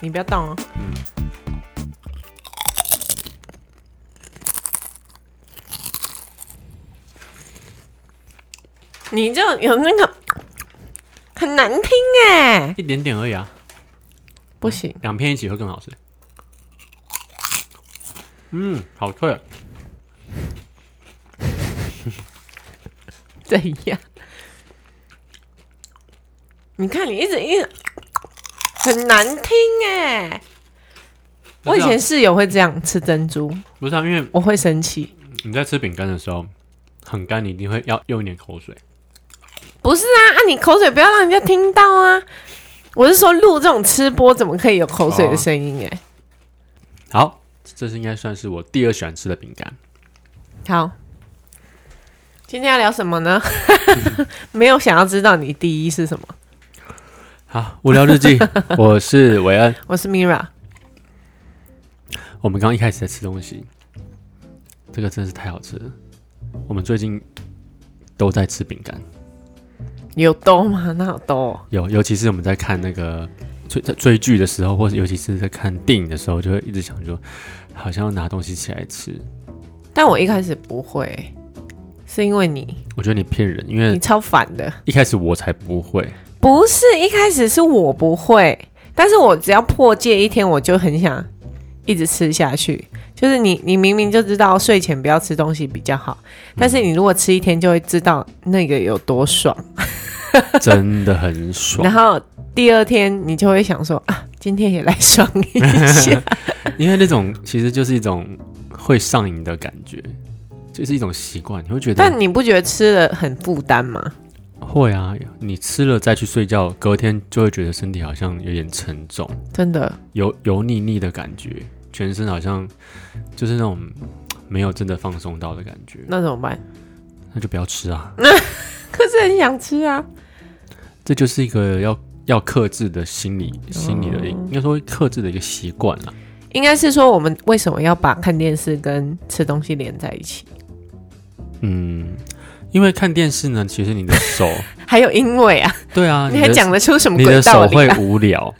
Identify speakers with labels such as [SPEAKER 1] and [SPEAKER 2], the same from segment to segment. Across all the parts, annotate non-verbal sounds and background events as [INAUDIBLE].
[SPEAKER 1] 你不要动哦。你就有那个很难听哎，
[SPEAKER 2] 一点点而已啊，
[SPEAKER 1] 不行，
[SPEAKER 2] 两片一起会更好吃。嗯，好脆，
[SPEAKER 1] 怎样？你看你一直一直很难听哎。
[SPEAKER 2] 那
[SPEAKER 1] 我以
[SPEAKER 2] 这样
[SPEAKER 1] 前室友会这样吃珍珠，
[SPEAKER 2] 不是啊，因为
[SPEAKER 1] 我会生气。
[SPEAKER 2] 你在吃饼干的时候很干，你一定会要用一点口水。
[SPEAKER 1] 不是啊，啊，你口水不要让人家听到啊！我是说录这种吃播怎么可以有口水的声音、欸？哎、
[SPEAKER 2] 好，这是应该算是我第二喜欢吃的饼干。
[SPEAKER 1] 好，今天要聊什么呢？ [LAUGHS] 没有想要知道你第一是什么。
[SPEAKER 2] 好，无聊日记， [LAUGHS] 我是韦恩。
[SPEAKER 1] 我是 Mira，
[SPEAKER 2] 我们刚刚一开始在吃东西，这个真是太好吃了。我们最近都在吃饼干，
[SPEAKER 1] 有兜吗？那有兜哦、
[SPEAKER 2] 有，尤其是我们在看那个追在追剧的时候，或者尤其是在看电影的时候，就会一直想说，好像要拿东西起来吃。
[SPEAKER 1] 但我一开始不会，是因为你，
[SPEAKER 2] 我觉得你骗人，因
[SPEAKER 1] 你
[SPEAKER 2] 为
[SPEAKER 1] 超烦的。
[SPEAKER 2] 一开始我才
[SPEAKER 1] [LAUGHS]
[SPEAKER 2] 不会。
[SPEAKER 1] 不是一开始是我不会，但是我只要破戒一天，我就很想一直吃下去。就是你，你明明就知道睡前不要吃东西比较好，但是你如果吃一天，就会知道那个有多爽。
[SPEAKER 2] 真的很爽
[SPEAKER 1] 然，后第二天你就会想说啊，今天也来爽一下。
[SPEAKER 2] 因为那种其实就是一种会上瘾的感觉，就是一种习惯。你会觉得
[SPEAKER 1] 但你不觉得吃了很负担吗？
[SPEAKER 2] 会啊，你吃了再去睡觉，隔天就会觉得身体好像有点沉重，
[SPEAKER 1] 真的，
[SPEAKER 2] 油油腻腻的感觉，全身好像就是那种嗯没有真的放松到的感觉。
[SPEAKER 1] 那怎么办？
[SPEAKER 2] 那就不要吃啊，
[SPEAKER 1] 可是很想吃啊。
[SPEAKER 2] 这就是一个要要克制的心理，心理的
[SPEAKER 1] 哦
[SPEAKER 2] 应该说克制的一个习惯啦。
[SPEAKER 1] 应该是说我们为什么要把看电视跟吃东西连在一起？
[SPEAKER 2] 嗯，因为看电视呢，其实你的
[SPEAKER 1] [LAUGHS]
[SPEAKER 2] 手，
[SPEAKER 1] 还有因为啊，
[SPEAKER 2] 对啊，
[SPEAKER 1] 你还
[SPEAKER 2] 的
[SPEAKER 1] 讲得出什么
[SPEAKER 2] 你的
[SPEAKER 1] 鬼道
[SPEAKER 2] 手
[SPEAKER 1] 理
[SPEAKER 2] 会
[SPEAKER 1] 啊？
[SPEAKER 2] 无聊，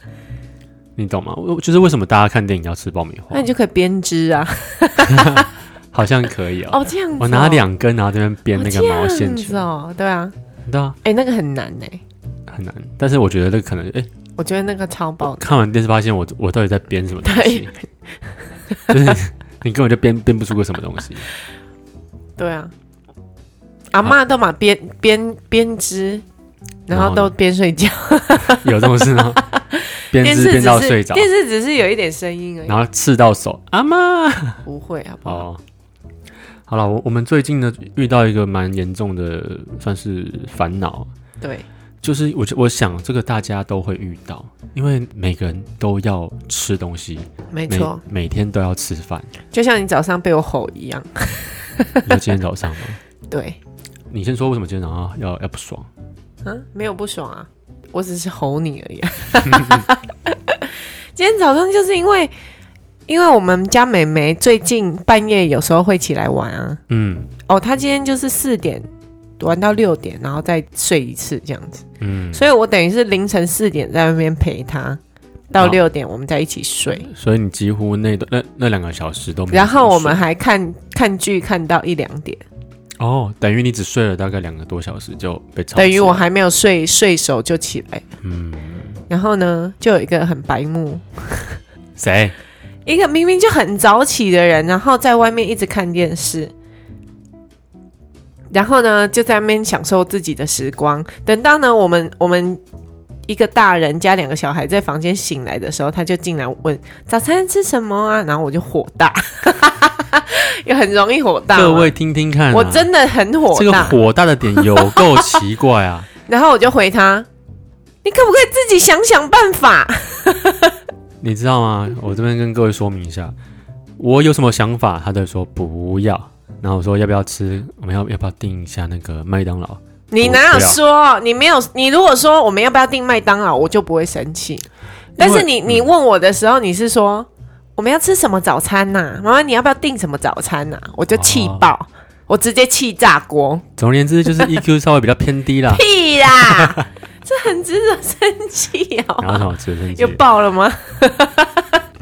[SPEAKER 2] 你懂吗？我就是为什么大家看电影要吃爆米花
[SPEAKER 1] 那，你就可以编织啊。
[SPEAKER 2] 好像可以哦。
[SPEAKER 1] 哦，这样子、哦。
[SPEAKER 2] 我拿两根，然后这边编
[SPEAKER 1] 哦
[SPEAKER 2] 那个毛线
[SPEAKER 1] 这样
[SPEAKER 2] 球
[SPEAKER 1] 子，哦，对啊。
[SPEAKER 2] 对啊，
[SPEAKER 1] 哎、那个很难哎、
[SPEAKER 2] 很难。但是我觉得这个可能，哎，
[SPEAKER 1] 我觉得那个超棒。
[SPEAKER 2] 看完电视发现我我到底在编什么东西，就是你根本就编编不出个什么东西。
[SPEAKER 1] 对啊。阿嬷都嘛编编编织，然
[SPEAKER 2] 然
[SPEAKER 1] 后
[SPEAKER 2] 后
[SPEAKER 1] 都
[SPEAKER 2] 呢
[SPEAKER 1] 边睡觉。
[SPEAKER 2] 有这种
[SPEAKER 1] [LAUGHS]
[SPEAKER 2] 事吗？编
[SPEAKER 1] 电
[SPEAKER 2] 织
[SPEAKER 1] 视只
[SPEAKER 2] 编到
[SPEAKER 1] 是
[SPEAKER 2] 睡着，
[SPEAKER 1] 电视只是有一点声音而
[SPEAKER 2] 然后刺到手，阿妈。
[SPEAKER 1] 已，不会好不好？
[SPEAKER 2] 哦，好了，我我们最近呢遇到一个蛮严重的，算是烦恼，
[SPEAKER 1] 对，
[SPEAKER 2] 就是我我想这个大家都会遇到，因为每个人都要吃东西，
[SPEAKER 1] 没
[SPEAKER 2] 每
[SPEAKER 1] 错，
[SPEAKER 2] 每天都要吃饭，
[SPEAKER 1] 就像你早上被我吼一样。
[SPEAKER 2] 你说今天
[SPEAKER 1] [LAUGHS]
[SPEAKER 2] 早上吗？
[SPEAKER 1] 对，
[SPEAKER 2] 你先说为什么今天早上要要不爽？
[SPEAKER 1] 嗯，没有不爽啊，我只是吼你而已、 [LAUGHS] 啊。今天早上就是因为，因为我们家美眉最近半夜有时候会起来玩啊，
[SPEAKER 2] 嗯
[SPEAKER 1] 哦，他今天就是四点玩到六点，然后再睡一次这样子，
[SPEAKER 2] 嗯，
[SPEAKER 1] 所以我等于是凌晨四点在那边陪他，到
[SPEAKER 2] 好
[SPEAKER 1] 六点我们再一起睡，
[SPEAKER 2] 所以你几乎那那那两个小时都没有
[SPEAKER 1] 然后我们
[SPEAKER 2] 睡
[SPEAKER 1] 还看看剧看到一两点，
[SPEAKER 2] 哦，等于你只睡了大概两个多小时就被吵
[SPEAKER 1] 等于
[SPEAKER 2] 醒
[SPEAKER 1] 我
[SPEAKER 2] 了
[SPEAKER 1] 还没有睡睡熟就起来，
[SPEAKER 2] 嗯
[SPEAKER 1] 然后呢就有一个很白目，
[SPEAKER 2] 谁
[SPEAKER 1] 一个明明就很早起的人，然后在外面一直看电视。然后呢，就在那边享受自己的时光。等到呢，我们我们一个大人加两个小孩在房间醒来的时候，他就进来问早餐吃什么啊？然后我就火大， [LAUGHS] 也很容易火大嘛。
[SPEAKER 2] 各位听听看啊、
[SPEAKER 1] 我真的很火
[SPEAKER 2] 这个
[SPEAKER 1] 大。
[SPEAKER 2] 火大的点有够奇怪啊！
[SPEAKER 1] 然后我就回他：“你可不可以自己想想办法
[SPEAKER 2] 你知道吗？我这边跟各位说明一下，我有什么想法，他都说不要。然后我说要不要吃？我们要要不要订一下那个麦当劳？？”
[SPEAKER 1] 你哪
[SPEAKER 2] 我
[SPEAKER 1] 有
[SPEAKER 2] 不要
[SPEAKER 1] 说？你没有？你如果说我们要不要订麦当劳，我就不会生气。但是你
[SPEAKER 2] 因为
[SPEAKER 1] 你问我的时候，你是说我们要吃什么早餐呐、妈妈，你要不要订什么早餐呐、我就气爆，
[SPEAKER 2] 啊
[SPEAKER 1] 我直接气炸锅，。
[SPEAKER 2] E 总而言之就是 EQ [LAUGHS] 稍微比较偏低啦 [LAUGHS]
[SPEAKER 1] 屁啦！很值得生气
[SPEAKER 2] 然后
[SPEAKER 1] 哦。
[SPEAKER 2] 让我直升机
[SPEAKER 1] 又。爆了吗？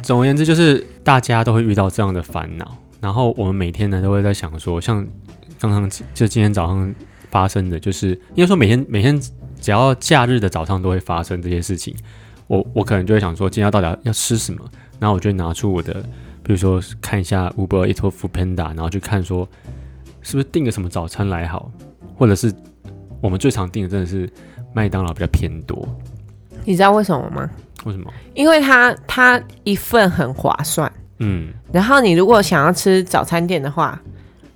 [SPEAKER 2] 总而言之，就是大家都会遇到这样的烦恼。然后我们每天呢都会在想说，像刚刚就今天早上发生的，就是应该说每天每天只要假日的早上都会发生这些事情。我我可能就会想说，今天到底要要吃什么？然后我就会拿出我的，比如说看一下 Uber Eats 或 f o o Panda，然后去看说是不是订个什么早餐来好，或者是我们最常订的真的是麦当劳比较偏多，
[SPEAKER 1] 你知道为什么吗？
[SPEAKER 2] 为什么？
[SPEAKER 1] 因为它它一份很划算，
[SPEAKER 2] 嗯，
[SPEAKER 1] 然后你如果想要吃早餐店的话，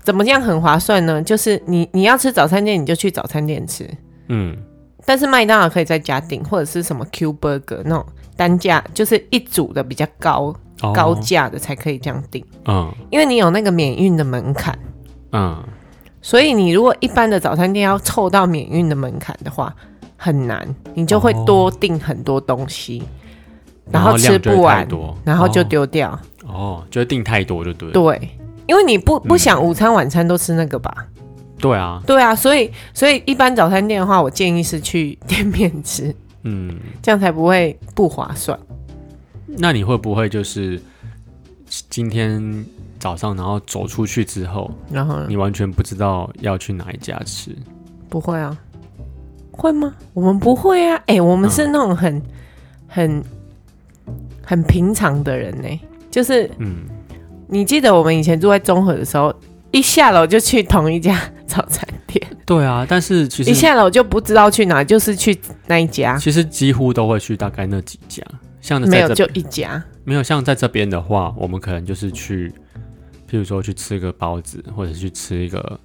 [SPEAKER 1] 怎么样很划算呢？就是你你要吃早餐店，你就去早餐店吃，
[SPEAKER 2] 嗯，
[SPEAKER 1] 但是麦当劳可以在家订，或者是什么 Q Burger 那种单价，就是一组的比较高
[SPEAKER 2] 哦
[SPEAKER 1] 高价的才可以这样订，
[SPEAKER 2] 嗯
[SPEAKER 1] 因为你有那个免运的门槛。
[SPEAKER 2] 嗯，
[SPEAKER 1] 所以你如果一般的早餐店要凑到免运的门槛的话，很难，你就会
[SPEAKER 2] 哦
[SPEAKER 1] 多订很多东西，然后吃
[SPEAKER 2] 量就会
[SPEAKER 1] 不
[SPEAKER 2] 太
[SPEAKER 1] 完
[SPEAKER 2] 多
[SPEAKER 1] 然后就丢掉。
[SPEAKER 2] 哦哦，就会订太多就对了，
[SPEAKER 1] 对，因为你不不
[SPEAKER 2] 嗯
[SPEAKER 1] 想午餐晚餐都吃那个吧？
[SPEAKER 2] 对啊，
[SPEAKER 1] 对啊，所以所以一般早餐店的话，我建议是去店面吃，
[SPEAKER 2] 嗯，
[SPEAKER 1] 这样才不会不划算。
[SPEAKER 2] 那你会不会就是今天早上然后走出去之后，
[SPEAKER 1] 然后呢
[SPEAKER 2] 你完全不知道要去哪一家吃？
[SPEAKER 1] 不会啊，会吗？我们不会啊。哎、我们是那种很、很很平常的人呢、就是
[SPEAKER 2] 嗯，
[SPEAKER 1] 你记得我们以前住在中和的时候，一下楼就去同一家早餐店，
[SPEAKER 2] 对啊，但是其
[SPEAKER 1] 一
[SPEAKER 2] 实
[SPEAKER 1] 下楼就不知道去哪，就是去那一家，
[SPEAKER 2] 其实几乎都会去大概那几家，像
[SPEAKER 1] 没
[SPEAKER 2] 在
[SPEAKER 1] 有
[SPEAKER 2] 这
[SPEAKER 1] 就一家。
[SPEAKER 2] 没有像在这边的话，我们可能就是去，譬如说去吃个包子，或者是去吃一个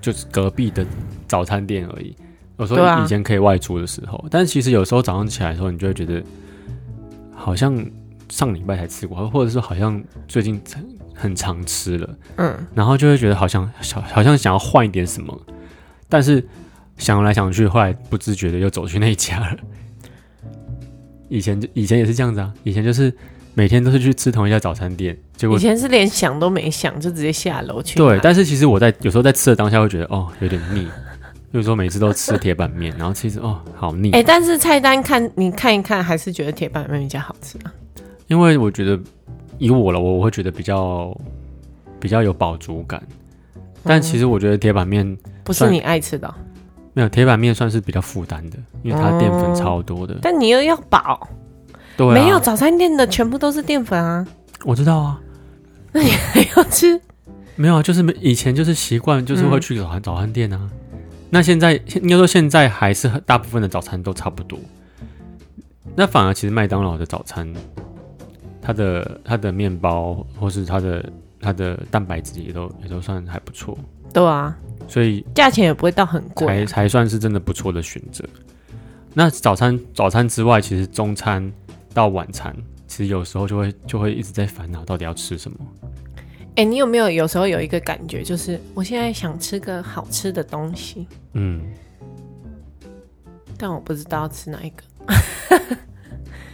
[SPEAKER 2] 就是隔壁的早餐店而已。有时
[SPEAKER 1] 对啊
[SPEAKER 2] 候以前可以外出的时候，但是其实有时候早上起来的时候，你就会觉得好像上礼拜才吃过，或者是好像最近才很常吃了，
[SPEAKER 1] 嗯，
[SPEAKER 2] 然后就会觉得好像想好像想要换一点什么，但是想来想去，后来不自觉的又走去那一家了。 [LAUGHS] 以前就以前也是这样子啊，以前就是每天都是去吃同一家早餐店，结
[SPEAKER 1] 以
[SPEAKER 2] 果
[SPEAKER 1] 前是连想都没想就直接下楼去拿。
[SPEAKER 2] 对，但是其实我在有时候在吃的当下会觉得哦有点腻， [LAUGHS] 比如说每次都吃铁板面，然后吃一次哦好腻，
[SPEAKER 1] 哎、但是菜单看你看一看，还是觉得铁板面比较好吃啊。
[SPEAKER 2] 因为我觉得以我了，我我会觉得比较比较有饱足感，
[SPEAKER 1] 哦
[SPEAKER 2] 但其实我觉得铁板面
[SPEAKER 1] 不是
[SPEAKER 2] 算
[SPEAKER 1] 你爱吃的哦、
[SPEAKER 2] 没有铁板面算是比较负担的，因为它淀粉超多的。
[SPEAKER 1] 哦但你又要饱、
[SPEAKER 2] 对、啊，
[SPEAKER 1] 没有，早餐店的全部都是淀粉啊， [LAUGHS]
[SPEAKER 2] 我知道啊，
[SPEAKER 1] 还要吃。
[SPEAKER 2] 没有啊，就是没以前就是习惯，就是会
[SPEAKER 1] 嗯
[SPEAKER 2] 去早餐、早餐店啊。那现在现应该说现在还是很大部分的早餐都差不多。那反而其实麦当劳的早餐，它的它的面包或是它的它的蛋白质也都也都算还不错，
[SPEAKER 1] 对啊，
[SPEAKER 2] 所以
[SPEAKER 1] 价钱也不会到很贵
[SPEAKER 2] 才
[SPEAKER 1] 啊、
[SPEAKER 2] 才算是真的不错的选择。那早餐早餐之外，其实中餐到晚餐，其实有时候就会就会一直在烦恼到底要吃什么。
[SPEAKER 1] 哎、你有没有有时候有一个感觉，就是我现在想吃个好吃的东西，
[SPEAKER 2] 嗯，
[SPEAKER 1] 但我不知道吃哪一个。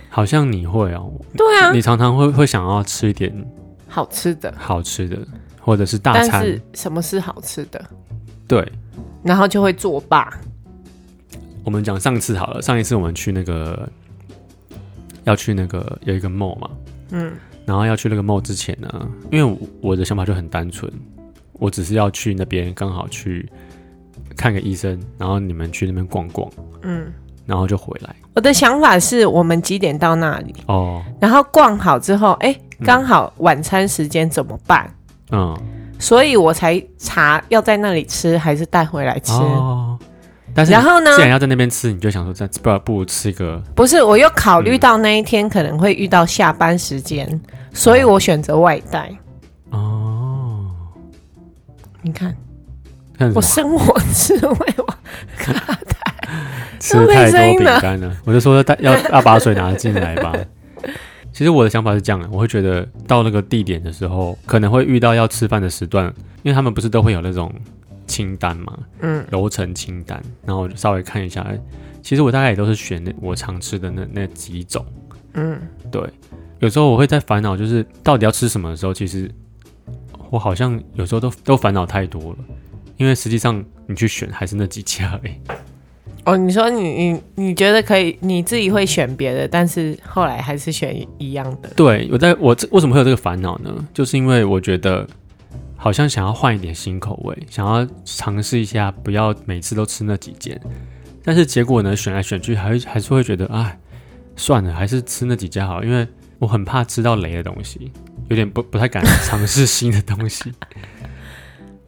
[SPEAKER 2] 好像你会哦，
[SPEAKER 1] 对啊，
[SPEAKER 2] 你常常会会想要吃一点
[SPEAKER 1] 好吃的，
[SPEAKER 2] 好吃的，或者是大
[SPEAKER 1] 但
[SPEAKER 2] 餐。
[SPEAKER 1] 是什么是好吃的？
[SPEAKER 2] 对，
[SPEAKER 1] 然后就会作罢。
[SPEAKER 2] 我们讲上次好了，上一次我们去那个要去那个有一个 mall 嘛，
[SPEAKER 1] 嗯，
[SPEAKER 2] 然后要去那个 mall 之前呢，因为我我的想法就很单纯，我只是要去那边刚好去看个医生，然后你们去那边逛逛，
[SPEAKER 1] 嗯，
[SPEAKER 2] 然后就回来。
[SPEAKER 1] 我的想法是我们几点到那里，
[SPEAKER 2] 哦，
[SPEAKER 1] 然后逛好之后，哎、刚好晚餐时间怎么办？
[SPEAKER 2] 嗯，
[SPEAKER 1] 所以我才查要在那里吃还是带回来吃。
[SPEAKER 2] 哦，但是
[SPEAKER 1] 然后呢
[SPEAKER 2] 既然要在那边吃，你就想说在不不如吃一个
[SPEAKER 1] 不是，我又考
[SPEAKER 2] 嗯
[SPEAKER 1] 虑到那一天可能会遇到下班时间，所以我选择外带。
[SPEAKER 2] 哦，
[SPEAKER 1] 你看，
[SPEAKER 2] 啊看什
[SPEAKER 1] 我
[SPEAKER 2] 么
[SPEAKER 1] 生活智慧王，
[SPEAKER 2] 吃太多饼干了，我就说带要要把水拿进来吧。 [LAUGHS] 其实我的想法是这样的，啊我会觉得到那个地点的时候，可能会遇到要吃饭的时段，因为他们不是都会有那种清单嘛，
[SPEAKER 1] 嗯，
[SPEAKER 2] 楼层清单，然后我就稍微看一下。哎其实我大概也都是选那我常吃的那那几种，
[SPEAKER 1] 嗯，
[SPEAKER 2] 对。有时候我会在烦恼，就是到底要吃什么的时候，其实我好像有时候都都烦恼太多了，因为实际上你去选还是那几家而已。
[SPEAKER 1] 哦，你说你你你觉得可以，你自己会选别的，但是后来还是选一样的。
[SPEAKER 2] 对我在我这为什么会有这个烦恼呢？就是因为我觉得好像想要换一点新口味，想要尝试一下，不要每次都吃那几间。但是结果呢，选来选去还还是会觉得，哎，算了，还是吃那几家好，因为我很怕吃到雷的东西，有点不不
[SPEAKER 1] [LAUGHS]
[SPEAKER 2] 太敢尝试新的东西。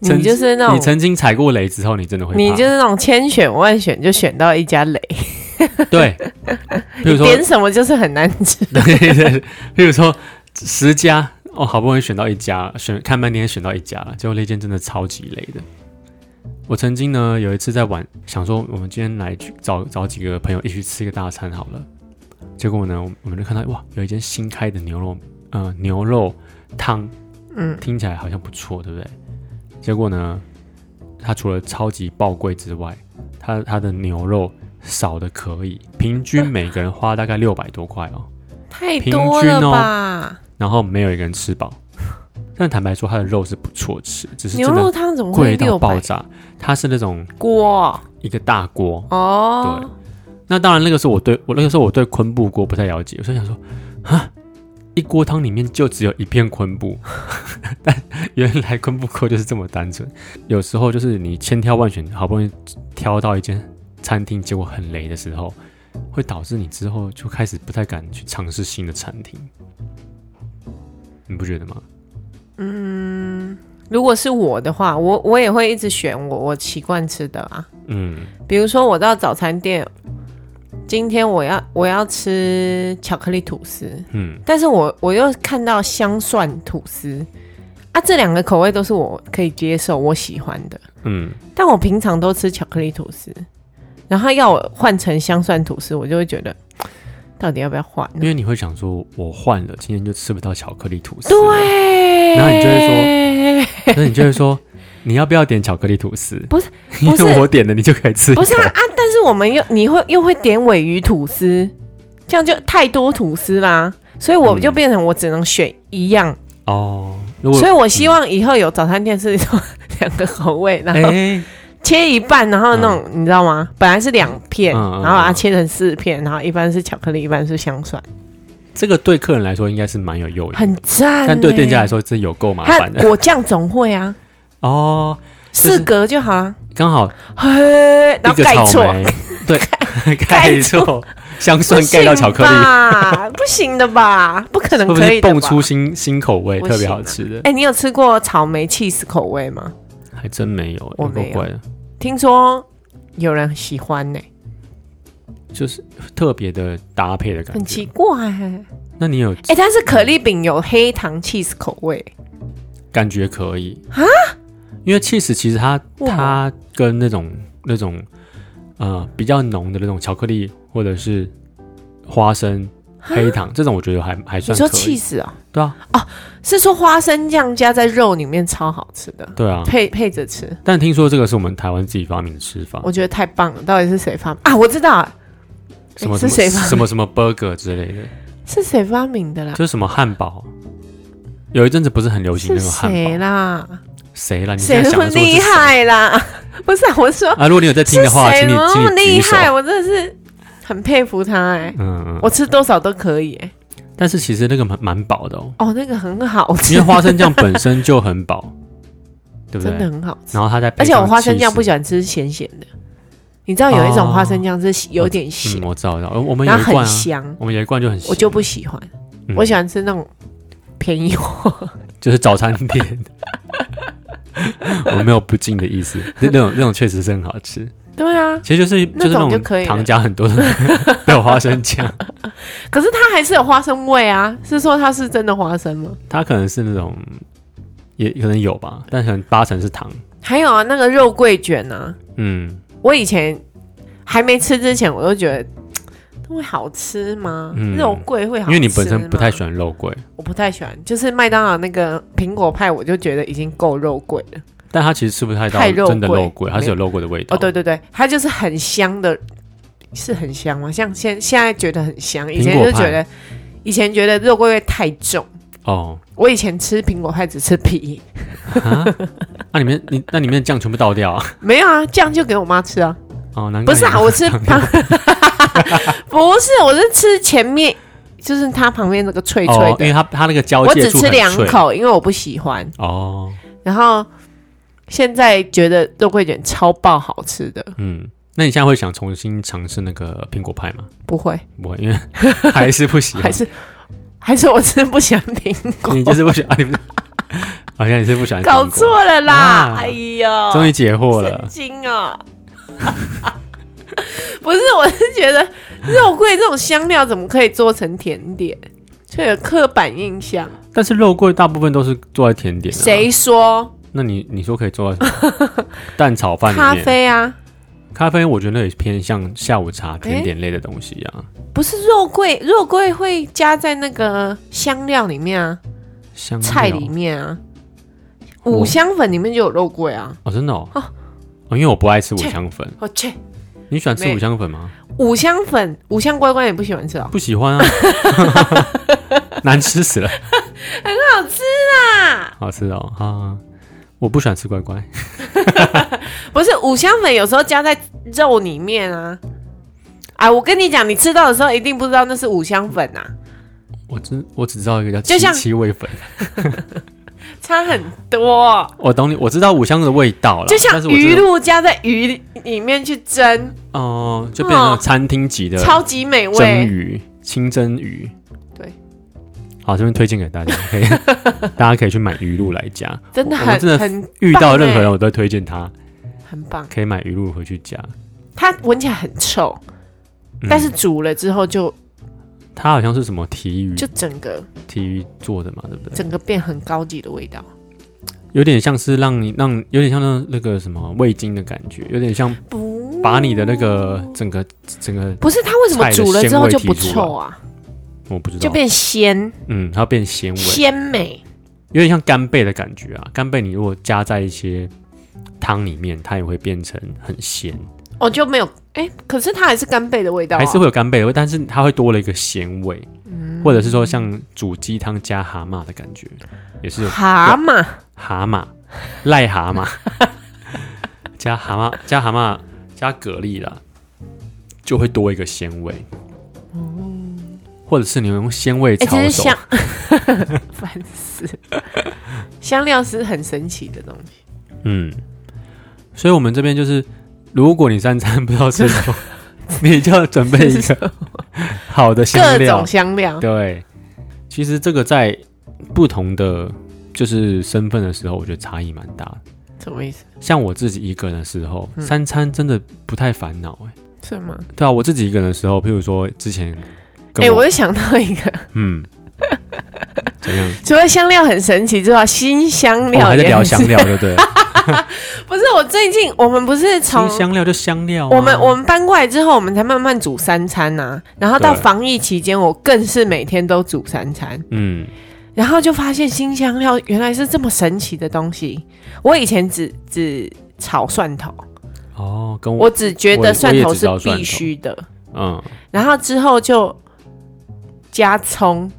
[SPEAKER 2] 曾
[SPEAKER 1] 你就是那
[SPEAKER 2] 你
[SPEAKER 1] 种，
[SPEAKER 2] 曾经踩过雷之后，你真的会怕。
[SPEAKER 1] 你就是那种千选万选就选到一家雷， [LAUGHS]
[SPEAKER 2] 对，比如说
[SPEAKER 1] 点什么就是很难吃。
[SPEAKER 2] 对对对，比如说十家，哦，好不容易选到一家，选看半天选到一家了，结果那间真的超级雷的。我曾经呢有一次在晚想说，我们今天来去找找几个朋友一起去吃一个大餐好了。结果呢，我我们就看到哇，有一间新开的牛肉，呃，牛肉汤，
[SPEAKER 1] 嗯，
[SPEAKER 2] 听起来好像不错，对不对？结果呢，它除了超级爆贵之外，它它的牛肉少的可以，平均每个人花大概六百多块哦。
[SPEAKER 1] 太
[SPEAKER 2] 平
[SPEAKER 1] 多
[SPEAKER 2] 均
[SPEAKER 1] 了
[SPEAKER 2] 哦
[SPEAKER 1] 吧？
[SPEAKER 2] 然后没有一个人吃饱。 [LAUGHS] 但坦白说，它的肉是不错吃，只是
[SPEAKER 1] 牛
[SPEAKER 2] 真
[SPEAKER 1] 肉
[SPEAKER 2] 的
[SPEAKER 1] 汤怎么会
[SPEAKER 2] 贵到
[SPEAKER 1] 六
[SPEAKER 2] 爆
[SPEAKER 1] 百
[SPEAKER 2] 炸。它是那种
[SPEAKER 1] 锅？
[SPEAKER 2] 一个大锅，
[SPEAKER 1] 哦，
[SPEAKER 2] 那当然那个时候我对我那个时候我对昆布锅不太了解，我就想说，啊，一锅汤里面就只有一片昆布， [LAUGHS] 但原来昆布锅就是这么单纯。有时候就是你千挑万选，好不容易挑到一间餐厅，结果很雷的时候，会导致你之后就开始不太敢去尝试新的餐厅，你不觉得吗？
[SPEAKER 1] 如果是我的话，我我也会一直选我我习惯吃的啊。
[SPEAKER 2] 嗯。
[SPEAKER 1] 比如说我到早餐店，今天我要我要吃巧克力吐司，
[SPEAKER 2] 嗯
[SPEAKER 1] 但是我我又看到香蒜吐司啊，这两个口味都是我可以接受、我喜欢的。
[SPEAKER 2] 嗯，
[SPEAKER 1] 但我平常都吃巧克力吐司，然后要我换成香蒜吐司，我就会觉得到底要不要换
[SPEAKER 2] 因
[SPEAKER 1] 呢？
[SPEAKER 2] 为你会想说，我换了，今天就吃不到巧克力吐司。，
[SPEAKER 1] 对，
[SPEAKER 2] 然后你就
[SPEAKER 1] 会说，
[SPEAKER 2] 那你就会说，你要不要点巧克力吐司？
[SPEAKER 1] 不是，
[SPEAKER 2] 因
[SPEAKER 1] 不是
[SPEAKER 2] 为我点的，你就可以吃一口。
[SPEAKER 1] 不是啊啊！但是我们又你会又会点尾鱼吐司，这样就太多吐司啦，所以我就
[SPEAKER 2] 嗯
[SPEAKER 1] 变成我只能选一样。
[SPEAKER 2] 哦，如果
[SPEAKER 1] 所以我希望以后有早餐店是两个口味，然
[SPEAKER 2] 哎、
[SPEAKER 1] 后切一半，然后那种、你知道吗？本来是两片，
[SPEAKER 2] 嗯嗯嗯
[SPEAKER 1] 然后把它
[SPEAKER 2] 嗯
[SPEAKER 1] 切成四片，然后一般是巧克力，一般是香蒜，
[SPEAKER 2] 这个对客人来说应该是蛮有诱因，
[SPEAKER 1] 很赞、欸。
[SPEAKER 2] 但对店家来，说，这有够麻
[SPEAKER 1] 它
[SPEAKER 2] 烦的。
[SPEAKER 1] 果酱总会啊，
[SPEAKER 2] 哦， [LAUGHS] 就是
[SPEAKER 1] 四格就好了。
[SPEAKER 2] 刚好
[SPEAKER 1] 嘿，然
[SPEAKER 2] 一
[SPEAKER 1] 后
[SPEAKER 2] 个
[SPEAKER 1] 盖
[SPEAKER 2] 草
[SPEAKER 1] 错，
[SPEAKER 2] 莓，对，盖
[SPEAKER 1] 盖
[SPEAKER 2] 错，香
[SPEAKER 1] 不
[SPEAKER 2] 蒜盖
[SPEAKER 1] 行
[SPEAKER 2] 到巧克力，
[SPEAKER 1] 吧？不行的吧？不可
[SPEAKER 2] 会
[SPEAKER 1] 能
[SPEAKER 2] 不
[SPEAKER 1] 可
[SPEAKER 2] 会
[SPEAKER 1] 以的吧
[SPEAKER 2] 蹦出新新口味，
[SPEAKER 1] 不
[SPEAKER 2] 特别
[SPEAKER 1] 行
[SPEAKER 2] 好
[SPEAKER 1] 啊
[SPEAKER 2] 吃的？
[SPEAKER 1] 哎、你有吃过草莓 cheese 口味吗？
[SPEAKER 2] 还真没有，
[SPEAKER 1] 我
[SPEAKER 2] 有够
[SPEAKER 1] 没有
[SPEAKER 2] 怪的，
[SPEAKER 1] 听说有人喜欢呢、
[SPEAKER 2] 就是特别的搭配的感
[SPEAKER 1] 很
[SPEAKER 2] 觉
[SPEAKER 1] 奇。怪、欸。
[SPEAKER 2] 那你有
[SPEAKER 1] 哎、但是可丽饼有黑糖 cheese 口味，
[SPEAKER 2] 感觉可以啊，因为 cheese 其实它
[SPEAKER 1] 为什么
[SPEAKER 2] 它跟那种那种呃比较浓的那种巧克力或者是花生、黑糖这种，我觉得还还
[SPEAKER 1] 啊你
[SPEAKER 2] 算
[SPEAKER 1] 说
[SPEAKER 2] 可以。
[SPEAKER 1] cheese 啊、
[SPEAKER 2] 对啊，
[SPEAKER 1] 是说花生酱加在肉里面超好吃的，
[SPEAKER 2] 对啊。
[SPEAKER 1] 配配着吃，
[SPEAKER 2] 但听说这个是我们台湾自己发明的吃法，
[SPEAKER 1] 我觉得太棒了。到底是谁发明啊？我知道了
[SPEAKER 2] 什么
[SPEAKER 1] 是
[SPEAKER 2] 什
[SPEAKER 1] 谁
[SPEAKER 2] 么
[SPEAKER 1] 发明
[SPEAKER 2] 什么什么 burger 之类的，
[SPEAKER 1] 是谁发明的啦，
[SPEAKER 2] 就是什么汉堡。有一阵子不是很流行
[SPEAKER 1] 是
[SPEAKER 2] 那个汉
[SPEAKER 1] 谁
[SPEAKER 2] 堡，
[SPEAKER 1] 啦？
[SPEAKER 2] 谁啦？你
[SPEAKER 1] 谁
[SPEAKER 2] 现
[SPEAKER 1] 那
[SPEAKER 2] 在想
[SPEAKER 1] 么
[SPEAKER 2] 的时候
[SPEAKER 1] 厉
[SPEAKER 2] 是谁
[SPEAKER 1] 害啦？ [LAUGHS] 不是啊、我说
[SPEAKER 2] 啊？如果你有在听
[SPEAKER 1] 是
[SPEAKER 2] 的话，
[SPEAKER 1] 谁
[SPEAKER 2] 请你
[SPEAKER 1] 那
[SPEAKER 2] 请
[SPEAKER 1] 么
[SPEAKER 2] 你举
[SPEAKER 1] 厉
[SPEAKER 2] 手。
[SPEAKER 1] 害？我真的是很佩服他哎、
[SPEAKER 2] 嗯嗯，
[SPEAKER 1] 我吃多少都可以、欸，
[SPEAKER 2] 但是其实那个蛮蛮饱的哦，
[SPEAKER 1] 哦，那个很好吃，
[SPEAKER 2] 因为
[SPEAKER 1] [LAUGHS]
[SPEAKER 2] 花生酱本身就很饱，对不
[SPEAKER 1] 真的
[SPEAKER 2] 对？
[SPEAKER 1] 很好吃。
[SPEAKER 2] 然后它再配
[SPEAKER 1] 而且我
[SPEAKER 2] 上
[SPEAKER 1] 花生酱
[SPEAKER 2] cheese
[SPEAKER 1] 不喜欢吃咸咸的，你知道有一种花生酱是有点咸，
[SPEAKER 2] 哦嗯，我知道，我知道，我我们有
[SPEAKER 1] 然后
[SPEAKER 2] 一罐
[SPEAKER 1] 很
[SPEAKER 2] 啊，
[SPEAKER 1] 香，
[SPEAKER 2] 我们有一罐就很咸，
[SPEAKER 1] 我就不喜欢。
[SPEAKER 2] 嗯
[SPEAKER 1] 我喜欢吃那种便宜
[SPEAKER 2] [LAUGHS]
[SPEAKER 1] 货，
[SPEAKER 2] 就是早餐
[SPEAKER 1] [LAUGHS]
[SPEAKER 2] 店，我没有不敬的意思，那那种那种确实是很好吃，
[SPEAKER 1] 对啊，
[SPEAKER 2] 其实就是
[SPEAKER 1] 那
[SPEAKER 2] 是那
[SPEAKER 1] 种就
[SPEAKER 2] 种
[SPEAKER 1] 可以了
[SPEAKER 2] 糖加很多
[SPEAKER 1] [LAUGHS]
[SPEAKER 2] 的的花生酱，
[SPEAKER 1] 可是它还是有花生味啊。是说它是真的花生吗？
[SPEAKER 2] 它可能是那种也可能有吧，但可能八成是糖，
[SPEAKER 1] 还有啊，那个肉桂卷啊，
[SPEAKER 2] 嗯
[SPEAKER 1] 我以前还没吃之前，我都觉得。嘖嗯那会好吃吗？
[SPEAKER 2] 嗯
[SPEAKER 1] 肉桂会好吃
[SPEAKER 2] 因为你本身不太
[SPEAKER 1] 欢。
[SPEAKER 2] 喜欢肉桂，
[SPEAKER 1] 我不太喜欢，就是麦当劳那个苹果派，我就觉得已经够肉桂了。
[SPEAKER 2] 但它其实吃不太到
[SPEAKER 1] 太肉
[SPEAKER 2] 真的
[SPEAKER 1] 桂
[SPEAKER 2] 肉桂，它是有肉桂的味道，
[SPEAKER 1] 哦，对，对对，它就是很香的，是很香吗？像现现在觉得很香，以前
[SPEAKER 2] 苹
[SPEAKER 1] 就
[SPEAKER 2] 果派
[SPEAKER 1] 觉得，以前觉得肉桂味太重。
[SPEAKER 2] 哦，
[SPEAKER 1] 我以前吃苹果派只吃皮，
[SPEAKER 2] 啊，那里面你那里面的酱全部倒掉啊，
[SPEAKER 1] 没有啊，酱就给我妈吃啊。
[SPEAKER 2] 哦，难怪
[SPEAKER 1] 不是啊，
[SPEAKER 2] 你
[SPEAKER 1] 我吃旁， [LAUGHS] 不是，我是吃前面，就是它旁边那个脆脆
[SPEAKER 2] 哦，因
[SPEAKER 1] 的。
[SPEAKER 2] 为它它那个交
[SPEAKER 1] 我
[SPEAKER 2] 界
[SPEAKER 1] 只
[SPEAKER 2] 处
[SPEAKER 1] 吃
[SPEAKER 2] 很
[SPEAKER 1] 两
[SPEAKER 2] 脆
[SPEAKER 1] 口，因为我不喜欢。
[SPEAKER 2] 哦，
[SPEAKER 1] 然后现在觉得肉桂卷超爆好吃的，
[SPEAKER 2] 嗯，那你现在会想重新尝试那个苹果派吗？
[SPEAKER 1] 不会，
[SPEAKER 2] 不会，因为还是不喜
[SPEAKER 1] [LAUGHS]
[SPEAKER 2] 欢
[SPEAKER 1] 还，是还是我真的不喜欢苹果，
[SPEAKER 2] 你就是不喜欢，你不是好像你是不喜欢苹果
[SPEAKER 1] 搞错了啦！
[SPEAKER 2] 啊
[SPEAKER 1] 哎呦，
[SPEAKER 2] 终于解惑
[SPEAKER 1] 神
[SPEAKER 2] 了，
[SPEAKER 1] 经啊！ [LAUGHS] 不是，我是觉得肉桂这种香料怎么可以做成甜点？就有刻板印象。
[SPEAKER 2] 但是肉桂大部分都是做在甜点、啊，
[SPEAKER 1] 谁说
[SPEAKER 2] 那你你说可以做在什么 [LAUGHS] 蛋炒饭里
[SPEAKER 1] 咖
[SPEAKER 2] 面，
[SPEAKER 1] 啡啊？
[SPEAKER 2] 咖啡我觉得那也偏向下午茶甜点类的东西啊。
[SPEAKER 1] 不是肉桂，肉桂会加在那个香料里面啊，
[SPEAKER 2] 香料
[SPEAKER 1] 菜里面啊，
[SPEAKER 2] 我
[SPEAKER 1] 五香粉里面就有肉桂啊。
[SPEAKER 2] 哦，真的哦，
[SPEAKER 1] 啊
[SPEAKER 2] 哦因为我不爱吃五香粉，
[SPEAKER 1] 我去，
[SPEAKER 2] 你喜欢吃
[SPEAKER 1] 没
[SPEAKER 2] 五香粉吗？
[SPEAKER 1] 五香粉，五香乖乖也不喜欢吃哦，
[SPEAKER 2] 不喜欢啊， [LAUGHS] 难吃死了，
[SPEAKER 1] 很好吃啦。
[SPEAKER 2] 好吃哦啊！我不喜欢吃乖乖，
[SPEAKER 1] 不是五香粉，有时候加在肉里面啊。哎，我跟你讲，你吃到的时候一定不知道那是五香粉啊，
[SPEAKER 2] 我只我只知道一个叫
[SPEAKER 1] 就
[SPEAKER 2] 七
[SPEAKER 1] 像
[SPEAKER 2] 七味粉，
[SPEAKER 1] 差很多。
[SPEAKER 2] 我懂你，我知道五香的味道了，
[SPEAKER 1] 就像
[SPEAKER 2] 但是我
[SPEAKER 1] 鱼
[SPEAKER 2] 真的
[SPEAKER 1] 露加在鱼里面去蒸，
[SPEAKER 2] 哦、就变成那种餐厅级的
[SPEAKER 1] 嗯超级美
[SPEAKER 2] 蒸
[SPEAKER 1] 味。
[SPEAKER 2] 鱼、清蒸鱼。
[SPEAKER 1] 对，
[SPEAKER 2] 好，这边推荐给大家， [LAUGHS] 可以大家可以去买鱼露来加。
[SPEAKER 1] 真的
[SPEAKER 2] 我我
[SPEAKER 1] 很
[SPEAKER 2] 真的
[SPEAKER 1] 很
[SPEAKER 2] 遇到任
[SPEAKER 1] 棒
[SPEAKER 2] 何人，
[SPEAKER 1] 欸
[SPEAKER 2] 我都会推荐他
[SPEAKER 1] 很棒，
[SPEAKER 2] 可以买鱼露回去加。
[SPEAKER 1] 它闻起来很臭，
[SPEAKER 2] 嗯
[SPEAKER 1] 但是煮了之后就
[SPEAKER 2] 它好像是什么体育
[SPEAKER 1] 就整个
[SPEAKER 2] 体育做的嘛，对不对？
[SPEAKER 1] 整个变很高级的味道，
[SPEAKER 2] 有点像是让你让有点像那那个什么味精的感觉，有点像
[SPEAKER 1] 不
[SPEAKER 2] 把你的那个整个整个
[SPEAKER 1] 不是它为什么
[SPEAKER 2] 菜的
[SPEAKER 1] 煮了之后就不
[SPEAKER 2] 鲜味提出来
[SPEAKER 1] 臭啊？
[SPEAKER 2] 我不知
[SPEAKER 1] 就
[SPEAKER 2] 道，
[SPEAKER 1] 变鲜
[SPEAKER 2] 嗯，它变鲜味，
[SPEAKER 1] 鲜美。
[SPEAKER 2] 有点像干贝的感觉啊。干贝你如果加在一些汤里面，它也会变成很鲜，
[SPEAKER 1] 哦，就没有哎、可是它还是干贝的味道、啊，
[SPEAKER 2] 还是会有干贝的味，但是它会多了一个鲜味，
[SPEAKER 1] 嗯
[SPEAKER 2] 或者是说像煮鸡汤加蛤蟆的感觉，也是有
[SPEAKER 1] 蛤蟆
[SPEAKER 2] 蛤蟆、癞蛤
[SPEAKER 1] [LAUGHS]
[SPEAKER 2] 蟆加蛤蟆加蛤蟆加蛤蜊啦，就会多一个鲜味。或者是你用鲜味
[SPEAKER 1] 哦哎、
[SPEAKER 2] 炒
[SPEAKER 1] 其实
[SPEAKER 2] 手
[SPEAKER 1] 香， [LAUGHS] 烦死了，香料是很神奇的东西。
[SPEAKER 2] 嗯，所以我们这边就是，如果你三餐不知道吃什
[SPEAKER 1] [LAUGHS]
[SPEAKER 2] 么，你就要准备一个 [LAUGHS] 好的香
[SPEAKER 1] 各
[SPEAKER 2] 料
[SPEAKER 1] 种。香料，
[SPEAKER 2] 对，其实这个在不同的就是身份的时候，我觉得差异蛮大的。
[SPEAKER 1] 什么意思？
[SPEAKER 2] 像我自己一个人的时候，
[SPEAKER 1] 嗯
[SPEAKER 2] 三餐真的不太烦恼、欸。
[SPEAKER 1] 是吗？
[SPEAKER 2] 对啊，我自己一个人的时候，譬如说之前
[SPEAKER 1] 哎、
[SPEAKER 2] 跟我，
[SPEAKER 1] 我又想到一个， [LAUGHS]
[SPEAKER 2] 嗯，怎样？
[SPEAKER 1] 除了 [LAUGHS] 香料很神奇之外，新香
[SPEAKER 2] 我、
[SPEAKER 1] 料、
[SPEAKER 2] 哦还在聊
[SPEAKER 1] 香
[SPEAKER 2] 香。料，对不
[SPEAKER 1] [LAUGHS]
[SPEAKER 2] 对？
[SPEAKER 1] 不是，我最近我们不是从
[SPEAKER 2] 新香料就香料、啊，
[SPEAKER 1] 我们我们搬过来之后，我们才慢慢煮三餐呐、然后到
[SPEAKER 2] 对
[SPEAKER 1] 防疫期间，我更是每天都煮三餐。
[SPEAKER 2] 嗯，
[SPEAKER 1] 然后就发现新香料原来是这么神奇的东西。我以前只只炒蒜头，
[SPEAKER 2] 哦，跟
[SPEAKER 1] 我只觉
[SPEAKER 2] 我也
[SPEAKER 1] 得蒜头是
[SPEAKER 2] 我也只知道蒜头
[SPEAKER 1] 必须的。
[SPEAKER 2] 嗯，
[SPEAKER 1] 然后之后就加葱，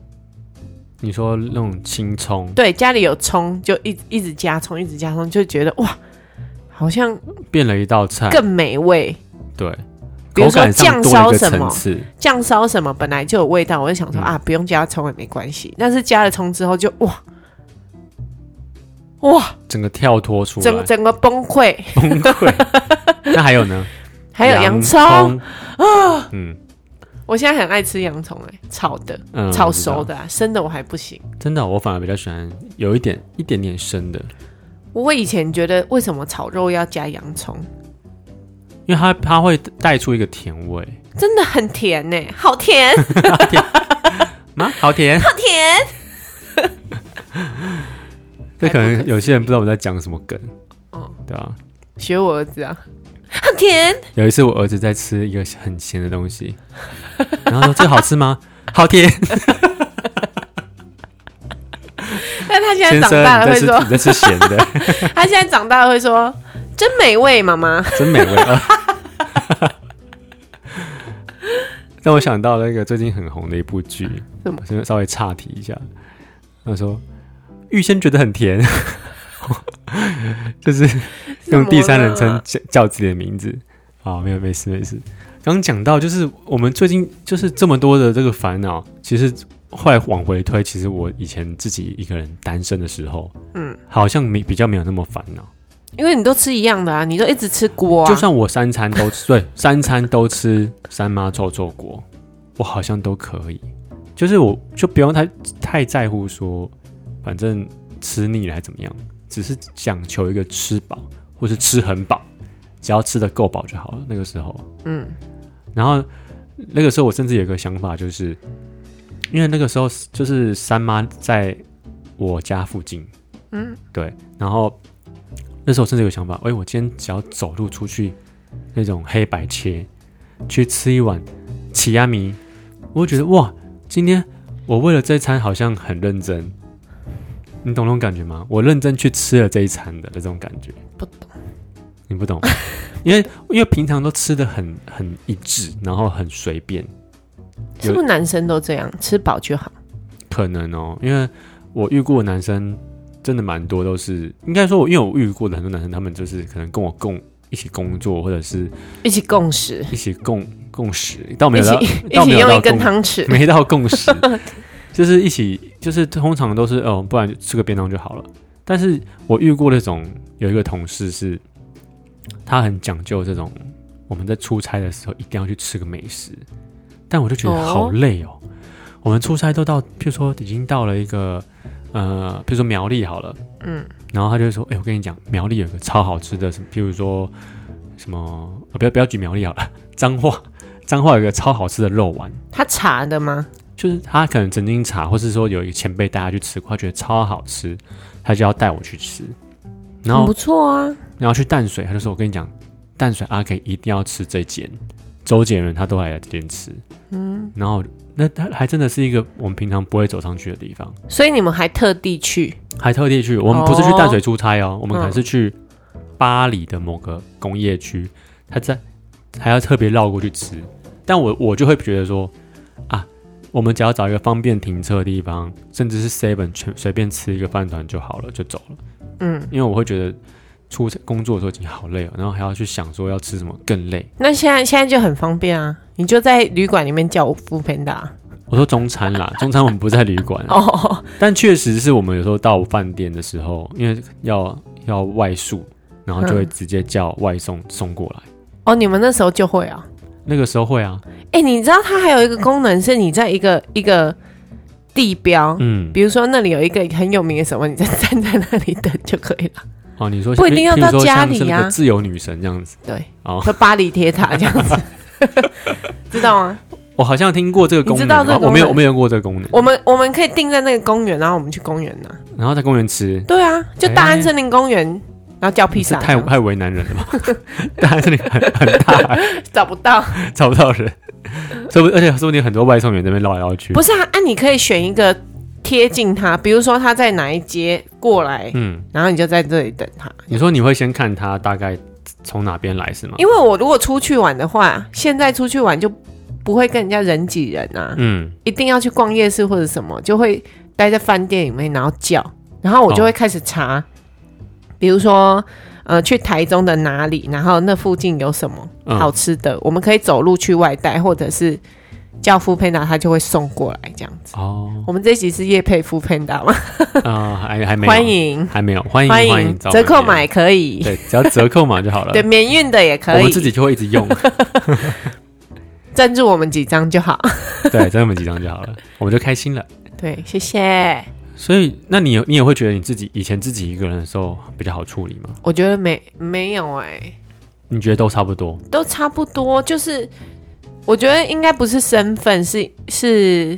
[SPEAKER 2] 你说那种青葱，
[SPEAKER 1] 对，家里有葱就一一直加葱，一直加葱，就觉得哇，好像
[SPEAKER 2] 变了一道菜，
[SPEAKER 1] 更美味。
[SPEAKER 2] 对，
[SPEAKER 1] 比如
[SPEAKER 2] 哎口
[SPEAKER 1] 说
[SPEAKER 2] 感上多了一个层
[SPEAKER 1] 酱
[SPEAKER 2] 次，
[SPEAKER 1] 酱烧什么本来就有味道，我就想说、
[SPEAKER 2] 嗯
[SPEAKER 1] 啊，不用加葱也没关系。但是加了葱之后就哇哇，
[SPEAKER 2] 整个跳脱出来
[SPEAKER 1] 整，整个崩溃。
[SPEAKER 2] 崩溃。
[SPEAKER 1] [LAUGHS]
[SPEAKER 2] 那还有呢？
[SPEAKER 1] 还有洋葱，
[SPEAKER 2] 葱啊，嗯
[SPEAKER 1] 我现在很爱吃洋葱、哎，炒的、
[SPEAKER 2] 嗯，
[SPEAKER 1] 炒
[SPEAKER 2] 我知道
[SPEAKER 1] 熟，的、啊，生的我还不行。
[SPEAKER 2] 真的，我反而比较喜欢有一点一点点生的，
[SPEAKER 1] 我以前觉得为什么炒肉要加洋葱，
[SPEAKER 2] 因为它它会带出一个甜味。
[SPEAKER 1] 真的很甜呢、哎好甜，
[SPEAKER 2] [LAUGHS] 啊，好甜！
[SPEAKER 1] 好甜。
[SPEAKER 2] 这可能有些人不知道我们在讲什么梗，
[SPEAKER 1] 哦
[SPEAKER 2] 对啊。
[SPEAKER 1] 学我儿子啊，好甜。
[SPEAKER 2] 有一次我儿子在吃一个很咸的东西，然后说这个好吃吗？好甜！
[SPEAKER 1] 但他 [LAUGHS] 现在
[SPEAKER 2] 先
[SPEAKER 1] 长
[SPEAKER 2] 生，
[SPEAKER 1] 大了会
[SPEAKER 2] 你在吃
[SPEAKER 1] 说
[SPEAKER 2] 你，在吃咸的，
[SPEAKER 1] 他现在长大了会说，真美味，妈妈。
[SPEAKER 2] [LAUGHS] 真美味啊！让我想到那个最近很红的一部剧，
[SPEAKER 1] 什么
[SPEAKER 2] 我先稍微岔题一下。他说玉仙觉得很甜， [LAUGHS] 就是用第三人称叫叫自己的名字。好，没有，没事，没事。刚讲到就是我们最近就是这么多的这个烦恼，其实后来往回推，其实我以前自己一个人单身的时候，
[SPEAKER 1] 嗯，
[SPEAKER 2] 好像没比较没有那么烦恼。
[SPEAKER 1] 因为你都吃一样的啊，你都一直吃锅啊，
[SPEAKER 2] 就算我三
[SPEAKER 1] [LAUGHS]
[SPEAKER 2] 餐都吃，对，三餐都吃三妈臭臭锅，我好像都可以。就是我就不用太太在乎说，反正吃腻了还怎么样，只是讲求一个吃饱，或是吃很饱，只要吃的够饱就好了。那个时候，
[SPEAKER 1] 嗯，
[SPEAKER 2] 然后那个时候我甚至有一个想法，就是因为那个时候就是三妈在我家附近，
[SPEAKER 1] 嗯，
[SPEAKER 2] 对，然后那时候甚至有个想法，哎、我今天只要走路出去那种黑白切，去吃一碗奇亚米，我会觉得哇，今天我为了这餐好像很认真。你懂那种感觉吗？我认真去吃了这一餐的那种感觉，
[SPEAKER 1] 不懂。
[SPEAKER 2] 你不懂， [LAUGHS] 因为因为平常都吃的很很一致，然后很随便，
[SPEAKER 1] 是不是男生都这样，吃饱就好？
[SPEAKER 2] 可能哦，因为我遇过的男生真的蛮多，都是应该说我，因为我遇过的很多男生，他们就是可能跟我共一起工作，或者是
[SPEAKER 1] 一起共食，
[SPEAKER 2] 一起共共识，倒没
[SPEAKER 1] 一
[SPEAKER 2] 有
[SPEAKER 1] 起
[SPEAKER 2] 到
[SPEAKER 1] 一
[SPEAKER 2] 倒没
[SPEAKER 1] 起
[SPEAKER 2] 有
[SPEAKER 1] 用
[SPEAKER 2] 到
[SPEAKER 1] 一根
[SPEAKER 2] 共，
[SPEAKER 1] 汤匙，
[SPEAKER 2] [LAUGHS] 没到共识，就是一起，就是通常都是哦，不然就吃个便当就好了。但是我遇过那种有一个同事是，他很讲究这种，我们在出差的时候一定要去吃个美食，但我就觉得好累哦。我们出差都到，譬如说已经到了一个呃，譬如说苗栗好了，
[SPEAKER 1] 嗯，
[SPEAKER 2] 然后他就说：“哎、我跟你讲，苗栗有个超好吃的，什么譬如说什么，呃不要不要举苗栗好了， [LAUGHS] 彰化彰化有个超好吃的肉丸，
[SPEAKER 1] 他查的吗？
[SPEAKER 2] 就是他可能曾经查，或是说有一个前辈带他去吃过，他觉得超好吃，他就要带我去吃。然
[SPEAKER 1] 很
[SPEAKER 2] 后
[SPEAKER 1] 不错啊，
[SPEAKER 2] 然后去淡水，他就说：“我跟你讲，淡水阿 K 一定要吃这间，周杰伦他都还来这间吃。”嗯，然后那他还真的是一个我们平常不会走上去的地方，
[SPEAKER 1] 所以你们还特地去
[SPEAKER 2] 还特地去。我们不是去淡水出差哦，我们可能
[SPEAKER 1] 嗯
[SPEAKER 2] 是去巴黎的某个工业区，他在还要特别绕过去吃。但我我就会觉得说啊，我们只要找一个方便停车的地方，甚至是 Seven 全随便吃一个饭团就好了，就走了。
[SPEAKER 1] 嗯，
[SPEAKER 2] 因为我会觉得出差工作的时候已经好累了，然后还要去想说要吃什么更累。
[SPEAKER 1] 那现在现在就很方便啊，你就在旅馆里面叫我副 panda 啊
[SPEAKER 2] 我说中餐啦，中餐我们不在旅馆，啊
[SPEAKER 1] 哦，
[SPEAKER 2] 但确实是我们有时候到饭店的时候，因为要要外宿，然后就会直接叫外送送过来。
[SPEAKER 1] [LAUGHS] 哦，你们那时候就会啊？
[SPEAKER 2] 那个时候会啊，
[SPEAKER 1] 哎、你知道它还有一个功能是你在一个一个地标，
[SPEAKER 2] 嗯，
[SPEAKER 1] 比如说那里有一个很有名的什么，你就站在那里等就可以了。
[SPEAKER 2] 哦，你说
[SPEAKER 1] 不一定要
[SPEAKER 2] 譬如说
[SPEAKER 1] 到家
[SPEAKER 2] 像
[SPEAKER 1] 里
[SPEAKER 2] 是那个
[SPEAKER 1] 啊
[SPEAKER 2] 自由女神这样子，
[SPEAKER 1] 对，
[SPEAKER 2] 哦
[SPEAKER 1] 和巴黎铁塔这样子， [LAUGHS] 知道吗？
[SPEAKER 2] 我好像听过这个功能，
[SPEAKER 1] 你知道这个
[SPEAKER 2] 然后我没有
[SPEAKER 1] 功能
[SPEAKER 2] 我没有用过这个功能，
[SPEAKER 1] 我们我们可以定在那个公园，然后我们去公园拿。
[SPEAKER 2] 然后在公园吃，
[SPEAKER 1] 对啊，就大安森林公园，然后叫披
[SPEAKER 2] 是
[SPEAKER 1] 萨，
[SPEAKER 2] 哎太太为难人了 [LAUGHS] 吧？大家这里很很大，
[SPEAKER 1] 找不到。
[SPEAKER 2] 找不
[SPEAKER 1] [LAUGHS]
[SPEAKER 2] 到人，说不而且说不定很多外送员在那边绕来绕去。
[SPEAKER 1] 不是啊，啊，你可以选一个贴近他，比如说他在哪一街过来，
[SPEAKER 2] 嗯，
[SPEAKER 1] 然后你就在这里等他。
[SPEAKER 2] 你说你会先看他大概从哪边来是吗？
[SPEAKER 1] 因为我如果出去玩的话，现在出去玩就不会跟人家人挤人啊，
[SPEAKER 2] 嗯，
[SPEAKER 1] 一定要去逛夜市或者什么，就会待在饭店里面，然后叫，然后我就会开始查，比如说呃去台中的哪里，然后那附近有什么
[SPEAKER 2] 嗯
[SPEAKER 1] 好吃的，我们可以走路去外带，或者是叫富佩达，他就会送过来这样子。
[SPEAKER 2] 哦，
[SPEAKER 1] 我们这一集是夜配富佩达吗？
[SPEAKER 2] 啊，还还没有
[SPEAKER 1] 欢，迎
[SPEAKER 2] 还没有，欢迎
[SPEAKER 1] 欢
[SPEAKER 2] 欢
[SPEAKER 1] 迎
[SPEAKER 2] 迎，，找
[SPEAKER 1] 折扣
[SPEAKER 2] 我们
[SPEAKER 1] 买可以，
[SPEAKER 2] 对，只要折扣码就好
[SPEAKER 1] [LAUGHS]
[SPEAKER 2] 了。
[SPEAKER 1] 对，免运的也
[SPEAKER 2] 我
[SPEAKER 1] 可
[SPEAKER 2] 们
[SPEAKER 1] 以，
[SPEAKER 2] 自己就会一直
[SPEAKER 1] [LAUGHS]
[SPEAKER 2] 用，
[SPEAKER 1] 赞助我们几张就好。
[SPEAKER 2] 对，再那么几张就好了，我们就开心了。
[SPEAKER 1] 对，谢谢。
[SPEAKER 2] 所以，那你有你也会觉得你自己以前自己一个人的时候比较好处理吗？
[SPEAKER 1] 我觉得没没有哎、
[SPEAKER 2] 你觉得都差不多？
[SPEAKER 1] 都差不多，就是我觉得应该不是身份，是是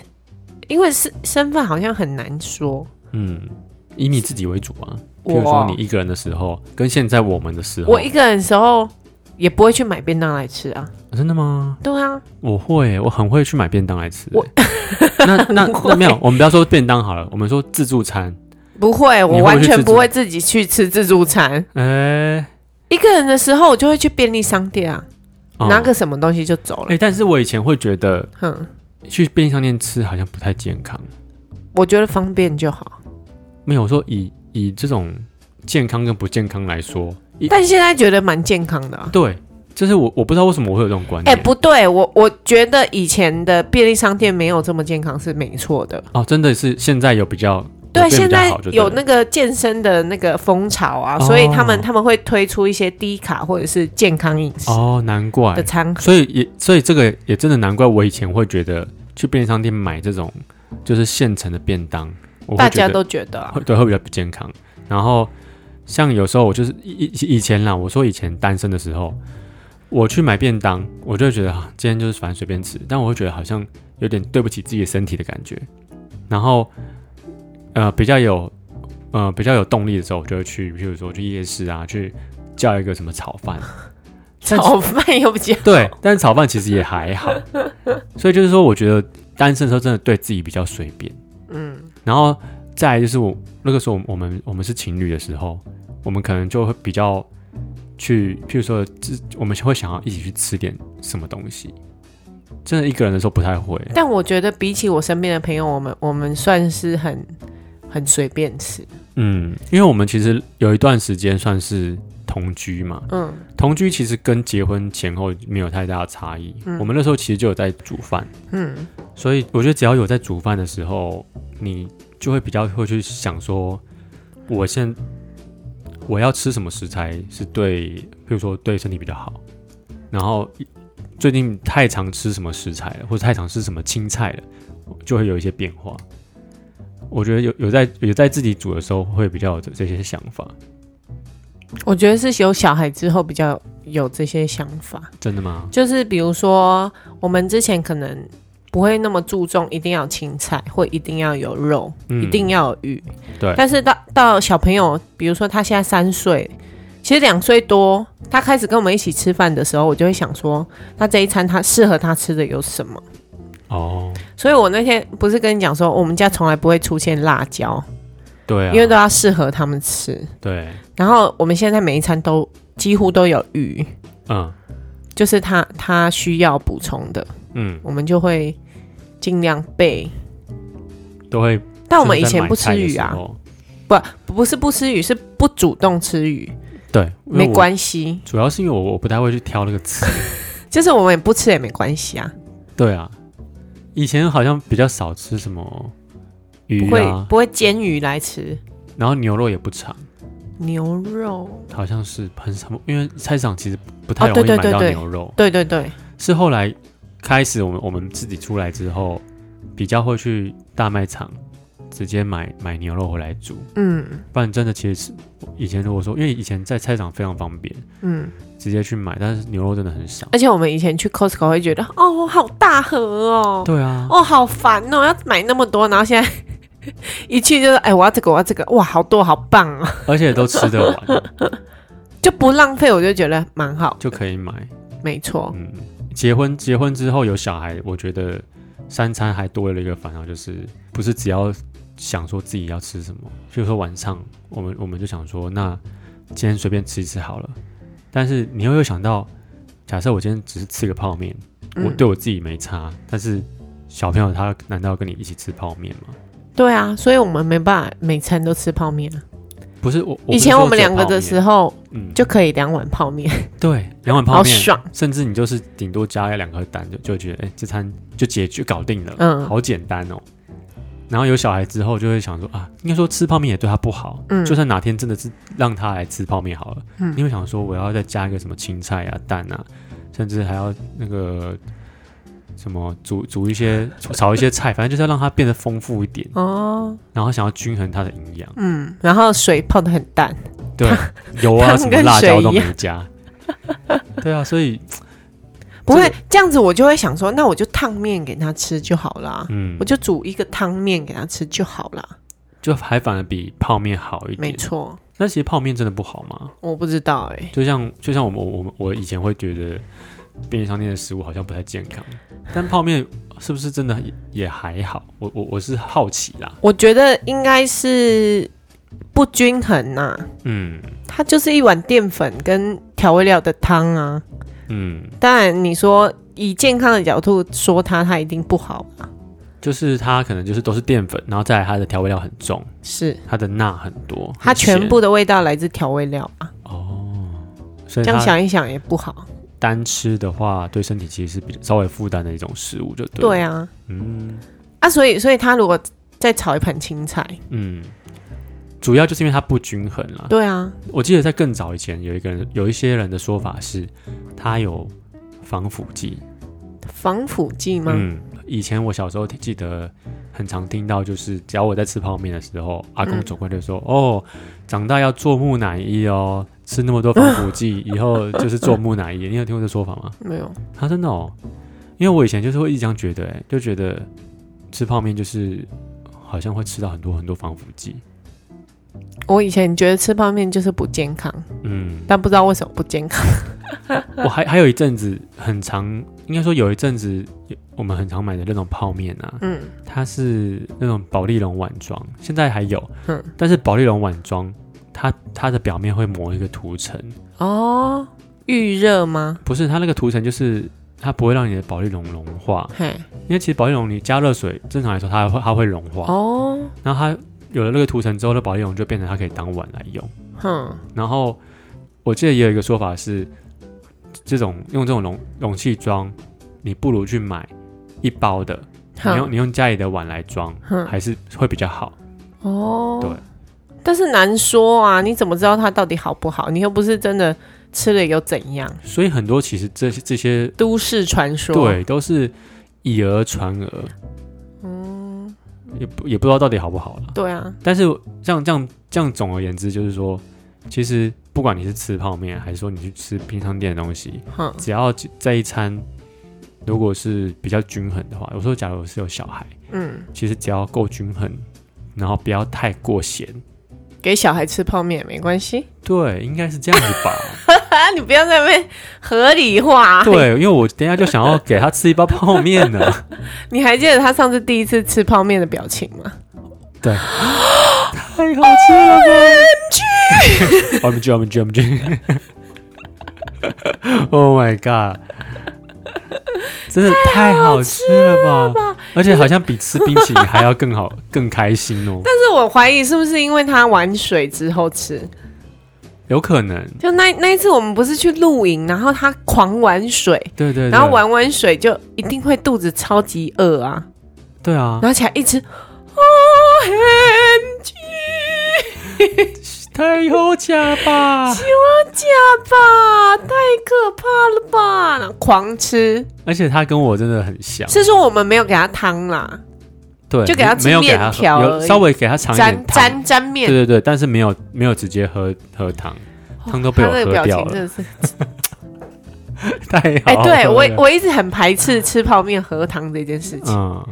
[SPEAKER 1] 因为是身份好像很难说。
[SPEAKER 2] 嗯，以你自己为主啊。比如说
[SPEAKER 1] 我
[SPEAKER 2] 你一个人的时候，跟现在我们的时候，
[SPEAKER 1] 我一个人的时候也不会去买便当来吃啊。
[SPEAKER 2] 真的吗？
[SPEAKER 1] 对啊，
[SPEAKER 2] 我会，我很会去买便当来吃。
[SPEAKER 1] 我
[SPEAKER 2] [LAUGHS] 那那
[SPEAKER 1] [LAUGHS] 会
[SPEAKER 2] 那没有，我们不要说便当好了，我们说自助餐。
[SPEAKER 1] 不会，
[SPEAKER 2] 会
[SPEAKER 1] 我完
[SPEAKER 2] 去自
[SPEAKER 1] 全
[SPEAKER 2] 助
[SPEAKER 1] 不会自己去吃自助餐。
[SPEAKER 2] 哎、
[SPEAKER 1] 一个人的时候，我就会去便利商店啊，
[SPEAKER 2] 哦
[SPEAKER 1] 拿个什么东西就走
[SPEAKER 2] 哎、
[SPEAKER 1] 了。
[SPEAKER 2] 但是我以前会觉得
[SPEAKER 1] 哼、
[SPEAKER 2] 去便利商店吃好像不太健康。
[SPEAKER 1] 我觉得方便就好。
[SPEAKER 2] 没有，我说以以这种健康跟不健康来说，一
[SPEAKER 1] 但现在觉得蛮健康的、啊，
[SPEAKER 2] 对就是我我不知道为什么我会有这种观
[SPEAKER 1] 哎、
[SPEAKER 2] 念。
[SPEAKER 1] 不对，我我觉得以前的便利商店没有这么健康是没错的。
[SPEAKER 2] 哦，真的是现在有比较
[SPEAKER 1] 对，
[SPEAKER 2] 有变
[SPEAKER 1] 现
[SPEAKER 2] 比较
[SPEAKER 1] 在
[SPEAKER 2] 好就对
[SPEAKER 1] 有
[SPEAKER 2] 了
[SPEAKER 1] 那个健身的那个风潮啊，
[SPEAKER 2] 哦
[SPEAKER 1] 所以他们他们会推出一些低卡或者是健康饮食
[SPEAKER 2] 哦，难怪
[SPEAKER 1] 的餐盒。
[SPEAKER 2] 所以也所以这个也真的难怪，我以前会觉得去便利商店买这种就是现成的便当，我会
[SPEAKER 1] 大
[SPEAKER 2] 觉
[SPEAKER 1] 家
[SPEAKER 2] 得
[SPEAKER 1] 都觉得啊、
[SPEAKER 2] 会对会比较不健康。然后像有时候我就是以以以前啦，我说以前单身的时候，我去买便当，我就会觉得、啊、今天就是反正随便吃，但我会觉得好像有点对不起自己的身体的感觉。然后呃比较有呃比较有动力的时候，我就会去，比如说去夜市啊，去叫一个什么炒饭。但
[SPEAKER 1] 炒饭又不较 [LAUGHS]
[SPEAKER 2] 对，但是炒饭其实也还 [LAUGHS] 好，所以就是说，我觉得单身的时候真的对自己比较随便，嗯，然后再来就是我那个时候我们我们是情侣的时候，我们可能就会比较去，譬如说，自我们会想要一起去吃点什么东西，真的一个人的时候不太会，
[SPEAKER 1] 但我觉得比起我身边的朋友，我们我们算是很很随便吃。
[SPEAKER 2] 嗯，因为我们其实有一段时间算是同居嘛，
[SPEAKER 1] 嗯，
[SPEAKER 2] 同居其实跟结婚前后没有太大的差异。我们那时候其实就有在煮饭，嗯，所以我觉得只要有在煮饭的时候，你就会比较会去想说，我现我要吃什么食材是对，譬如说对身体比较好，然后最近太常吃什么食材了，或者太常吃什么青菜了，就会有一些变化。我觉得有有在有在自己煮的时候会比较有这这些想法，
[SPEAKER 1] 我觉得是有小孩之后比较有这些想法。
[SPEAKER 2] 真的吗？
[SPEAKER 1] 就是比如说，我们之前可能不会那么注重一定要青菜，或一定要有肉，
[SPEAKER 2] 嗯
[SPEAKER 1] 一定要有鱼。
[SPEAKER 2] 对
[SPEAKER 1] 但是到到小朋友，比如说他现在三岁，其实两岁多，他开始跟我们一起吃饭的时候，我就会想说，那这一餐他适合他吃的有什么？
[SPEAKER 2] 哦，
[SPEAKER 1] 所以我那天不是跟你讲说，我们家从来不会出现辣椒，
[SPEAKER 2] 对啊，
[SPEAKER 1] 因为都要适合他们吃。
[SPEAKER 2] 对，
[SPEAKER 1] 然后我们现在每一餐都几乎都有鱼，
[SPEAKER 2] 嗯
[SPEAKER 1] 就是他他需要补充的。
[SPEAKER 2] 嗯，
[SPEAKER 1] 我们就会尽量备。
[SPEAKER 2] 都会。
[SPEAKER 1] 但我们以前不吃鱼啊，，不是不吃鱼，是不主动吃鱼，
[SPEAKER 2] 对，
[SPEAKER 1] 没
[SPEAKER 2] 系。
[SPEAKER 1] 关系，
[SPEAKER 2] 主要是因为我我不太会去挑那个词，
[SPEAKER 1] [LAUGHS] 就是我们也不吃也没关系啊，
[SPEAKER 2] 对啊，以前好像比较少吃什么
[SPEAKER 1] 不
[SPEAKER 2] 鱼
[SPEAKER 1] 会
[SPEAKER 2] 啊，
[SPEAKER 1] 不会煎鱼来吃，
[SPEAKER 2] 然后牛肉也不常，
[SPEAKER 1] 牛肉，
[SPEAKER 2] 好像是很少，因为菜市场其实不太
[SPEAKER 1] 哦
[SPEAKER 2] 容易
[SPEAKER 1] 对对
[SPEAKER 2] 买
[SPEAKER 1] 对
[SPEAKER 2] 到
[SPEAKER 1] 对
[SPEAKER 2] 牛肉。
[SPEAKER 1] 对对对，
[SPEAKER 2] 是后来开始我们我们自己出来之后，比较会去大卖场直接买买牛肉回来煮，
[SPEAKER 1] 嗯
[SPEAKER 2] 不然真的其实是以前如果说，因为以前在菜市场非常方便，
[SPEAKER 1] 嗯，
[SPEAKER 2] 直接去买，但是牛肉真的很少。
[SPEAKER 1] 而且我们以前去 Costco 会觉得，哦，好大盒哦，
[SPEAKER 2] 对啊，
[SPEAKER 1] 哦，好烦哦，要买那么多，然后现在 [LAUGHS] 一去就是，哎，我要这个，我要这个，哇，好多，好棒哦，
[SPEAKER 2] 而且都吃得完
[SPEAKER 1] 就不浪费，我就觉得蛮好，
[SPEAKER 2] 就可以买。
[SPEAKER 1] 没错，
[SPEAKER 2] 嗯，结婚结婚之后有小孩，我觉得三餐还多了一个烦恼，就是不是只要想说自己要吃什么，比如说晚上我们我们就想说，那今天随便吃一吃好了。但是你又有想到，假设我今天只是吃个泡面，我
[SPEAKER 1] 嗯
[SPEAKER 2] 对我自己没差，但是小朋友他难道要跟你一起吃泡面吗？
[SPEAKER 1] 对啊，所以我们没办法每餐都吃泡面啊。
[SPEAKER 2] 不是我，
[SPEAKER 1] 以前我们两个的时
[SPEAKER 2] 是，
[SPEAKER 1] 候
[SPEAKER 2] 嗯，
[SPEAKER 1] 就可以两碗泡面，
[SPEAKER 2] 对两碗泡
[SPEAKER 1] 好
[SPEAKER 2] 面，
[SPEAKER 1] 爽。
[SPEAKER 2] 甚至你就是顶多加两颗蛋，就就觉得哎、这餐就解决搞定了，
[SPEAKER 1] 嗯
[SPEAKER 2] 好简单哦。然后有小孩之后，就会想说啊，应该说吃泡面也对他不好，
[SPEAKER 1] 嗯
[SPEAKER 2] 就算哪天真的是让他来吃泡面好了，
[SPEAKER 1] 嗯
[SPEAKER 2] 你会想说我要再加一个什么青菜啊、蛋啊，甚至还要那个什么煮煮一些炒一些菜，反正就是要让它变得丰富一点，
[SPEAKER 1] 哦，
[SPEAKER 2] 然后想要均衡它的营养，
[SPEAKER 1] 嗯，然后水泡的很淡，
[SPEAKER 2] 对，油啊
[SPEAKER 1] [LAUGHS] 汤
[SPEAKER 2] 什么
[SPEAKER 1] 跟
[SPEAKER 2] 辣椒
[SPEAKER 1] 水
[SPEAKER 2] 都
[SPEAKER 1] 一
[SPEAKER 2] 没
[SPEAKER 1] 样
[SPEAKER 2] 加，对啊，所以
[SPEAKER 1] 不会这样子，我就会想说，那我就烫面给他吃就好啦，
[SPEAKER 2] 嗯
[SPEAKER 1] 我，就煮一个汤面给他吃就好啦。
[SPEAKER 2] 就还反而比泡面好一
[SPEAKER 1] 没
[SPEAKER 2] 点。
[SPEAKER 1] 错，
[SPEAKER 2] 那其实泡面真的不好吗？
[SPEAKER 1] 我不知道哎、
[SPEAKER 2] 就像就像我们我们我以前会觉得便利商店的食物好像不太健康，但泡面是不是真的也也还好？我我我是好奇啦，
[SPEAKER 1] 我觉得应该是不均衡呐、
[SPEAKER 2] 嗯
[SPEAKER 1] 它就是一碗淀粉跟调味料的汤啊。
[SPEAKER 2] 嗯，
[SPEAKER 1] 当然，你说以健康的角度说它，它一定不好啊。
[SPEAKER 2] 就是它可能就是都是淀粉，然后再来它的调味料很重，
[SPEAKER 1] 是
[SPEAKER 2] 它的钠很多，
[SPEAKER 1] 它
[SPEAKER 2] 很咸
[SPEAKER 1] 全部的味道来自调味料啊，
[SPEAKER 2] 哦，所以
[SPEAKER 1] 这样
[SPEAKER 2] 它
[SPEAKER 1] 想一想也不好。
[SPEAKER 2] 单吃的话，对身体其实是比较稍微负担的一种食物，就对。
[SPEAKER 1] 对，啊，
[SPEAKER 2] 嗯
[SPEAKER 1] 啊，所以所以他如果再炒一盘青菜，
[SPEAKER 2] 嗯，主要就是因为它不均衡啦。
[SPEAKER 1] 对啊，
[SPEAKER 2] 我记得在更早以前，有一个人有一些人的说法是，它有防腐剂。
[SPEAKER 1] 防腐剂吗？
[SPEAKER 2] 嗯，以前我小时候记得很常听到，就是只要我在吃泡面的时候，阿公
[SPEAKER 1] 嗯
[SPEAKER 2] 总会就说：“哦，长大要做木乃伊哦，吃那么多防
[SPEAKER 1] [LAUGHS]
[SPEAKER 2] 腐剂，以后就是做木乃伊。”你有听过这说法吗？
[SPEAKER 1] 没有，
[SPEAKER 2] 他真的哦，因为我以前就是会一直这样觉得、哎，就觉得吃泡面就是好像会吃到很多很多防腐剂。
[SPEAKER 1] 我以前觉得吃泡面就是不健康，
[SPEAKER 2] 嗯，
[SPEAKER 1] 但不知道为什么不健康。
[SPEAKER 2] [LAUGHS] 我还还有一阵子很常，应该说有一阵子我们很常买的那种泡面啊，
[SPEAKER 1] 嗯，
[SPEAKER 2] 它是那种保丽龙碗装，现在还有，
[SPEAKER 1] 嗯
[SPEAKER 2] 但是保丽龙碗装，它它的表面会抹一个涂层，
[SPEAKER 1] 哦，预热吗？
[SPEAKER 2] 不是它那个涂层就是它不会让你的保丽龙融化，
[SPEAKER 1] 嘿，
[SPEAKER 2] 因为其实保丽龙你加热水，正常来说它会它会融化，
[SPEAKER 1] 哦，
[SPEAKER 2] 然后它有了那个涂层之后，那保丽龙就变成它可以当碗来用。
[SPEAKER 1] 哼，
[SPEAKER 2] 然后我记得也有一个说法是，这种用这种容容器装，你不如去买一包的，你用
[SPEAKER 1] 哼，
[SPEAKER 2] 你用家里的碗来装，
[SPEAKER 1] 哼，
[SPEAKER 2] 还是会比较好。
[SPEAKER 1] 哦，
[SPEAKER 2] 对。
[SPEAKER 1] 但是难说啊，你怎么知道它到底好不好？你又不是真的吃了又怎样？
[SPEAKER 2] 所以很多其实这些这些
[SPEAKER 1] 都市传说，，
[SPEAKER 2] 对都是以讹传讹，
[SPEAKER 1] 嗯，
[SPEAKER 2] 也不也不知道到底好不好了。
[SPEAKER 1] 对啊，
[SPEAKER 2] 但是这样这样这样，总而言之就是说，其实不管你是吃泡面，还是说你去吃便当店的东西，
[SPEAKER 1] 哼，
[SPEAKER 2] 只要这一餐如果是比较均衡的话，有时候假如是有小孩。
[SPEAKER 1] 嗯，
[SPEAKER 2] 其实只要够均衡，然后不要太过咸。
[SPEAKER 1] 给小孩吃泡面也没关系
[SPEAKER 2] 对，应该是这样子 [LAUGHS] 吧。
[SPEAKER 1] 啊， [LAUGHS] 你不要在那边合理化。，
[SPEAKER 2] 对，因为我等一下就想要给他吃一包泡面呢。
[SPEAKER 1] [LAUGHS]
[SPEAKER 2] [LAUGHS]
[SPEAKER 1] 你还记得他上次第一次吃泡面的表情吗？ [LAUGHS]
[SPEAKER 2] 对，太好吃了吧！OMG OMG OMG！Oh [LAUGHS] my god！真的太好吃了吧！而且好像比吃冰淇淋还要更好、更开心哦。
[SPEAKER 1] 但是我怀疑是不是因为他玩水之后吃？
[SPEAKER 2] 有可能，
[SPEAKER 1] 就那那一次我们不是去露营，然后他狂玩水，
[SPEAKER 2] 对对对，
[SPEAKER 1] 然后玩完水就一定会肚子超级饿啊，
[SPEAKER 2] 对啊，
[SPEAKER 1] 然后起来一吃，哦，很巨， [LAUGHS]
[SPEAKER 2] 太好吃了吧！
[SPEAKER 1] 喜欢假吧，太可怕了吧，然后狂吃。
[SPEAKER 2] [LAUGHS] 而且他跟我真的很像，
[SPEAKER 1] 是说我们没有给他汤啦，
[SPEAKER 2] 对，
[SPEAKER 1] 就给他
[SPEAKER 2] 没
[SPEAKER 1] 吃
[SPEAKER 2] 没有给他
[SPEAKER 1] 面
[SPEAKER 2] 喝
[SPEAKER 1] 条而
[SPEAKER 2] 有
[SPEAKER 1] 已
[SPEAKER 2] 稍微给他尝一
[SPEAKER 1] 沾
[SPEAKER 2] 点汤，
[SPEAKER 1] 沾沾
[SPEAKER 2] 对
[SPEAKER 1] 面，
[SPEAKER 2] 对对，但是没有没有直接喝喝汤，汤都被
[SPEAKER 1] 哦他
[SPEAKER 2] 我
[SPEAKER 1] 那个
[SPEAKER 2] 喝
[SPEAKER 1] 表
[SPEAKER 2] 掉
[SPEAKER 1] 情真
[SPEAKER 2] 了，
[SPEAKER 1] 的是，
[SPEAKER 2] [LAUGHS] 太
[SPEAKER 1] 哎、
[SPEAKER 2] 好了。
[SPEAKER 1] 对我我一直很排斥吃泡面喝汤这件事情。
[SPEAKER 2] 嗯，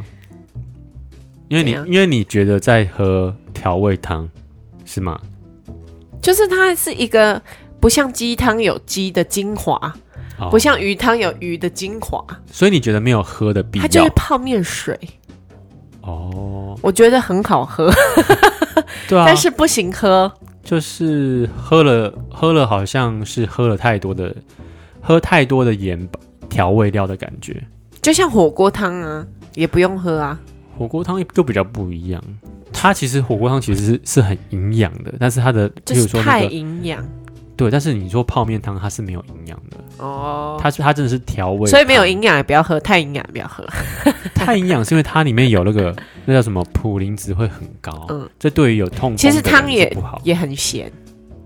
[SPEAKER 2] 因为你
[SPEAKER 1] 怎样
[SPEAKER 2] 因为你觉得在喝调味汤是吗？
[SPEAKER 1] 就是它是一个不像鸡汤有鸡的精华，
[SPEAKER 2] 哦
[SPEAKER 1] 不像鱼汤有鱼的精华，
[SPEAKER 2] 所以你觉得没有喝的必
[SPEAKER 1] 它就是
[SPEAKER 2] 要
[SPEAKER 1] 泡面水，
[SPEAKER 2] 哦，
[SPEAKER 1] 我觉得很好喝，
[SPEAKER 2] 对啊，
[SPEAKER 1] [LAUGHS] 但是不行喝。
[SPEAKER 2] 就是喝了喝了，好像是喝了太多的喝太多的盐吧调味料的感觉，
[SPEAKER 1] 就像火锅汤啊，也不用喝啊。
[SPEAKER 2] 火锅汤就比较不一样，它其实火锅汤其实是是很营养的，但是它的，
[SPEAKER 1] 就
[SPEAKER 2] 比
[SPEAKER 1] 是
[SPEAKER 2] 如说那
[SPEAKER 1] 太
[SPEAKER 2] 个
[SPEAKER 1] 营养
[SPEAKER 2] 对，但是你说泡面汤它是没有营养的，
[SPEAKER 1] 哦，
[SPEAKER 2] 它是它真的是调味汤，
[SPEAKER 1] 所以没有营养也不要喝，太营养也不要喝。
[SPEAKER 2] 太营养是因为它里面有那个那叫什么普林值会很高，
[SPEAKER 1] 嗯
[SPEAKER 2] 这对于有痛风
[SPEAKER 1] 其实
[SPEAKER 2] 的人
[SPEAKER 1] 汤
[SPEAKER 2] 是
[SPEAKER 1] 也
[SPEAKER 2] 不好，
[SPEAKER 1] 也很咸，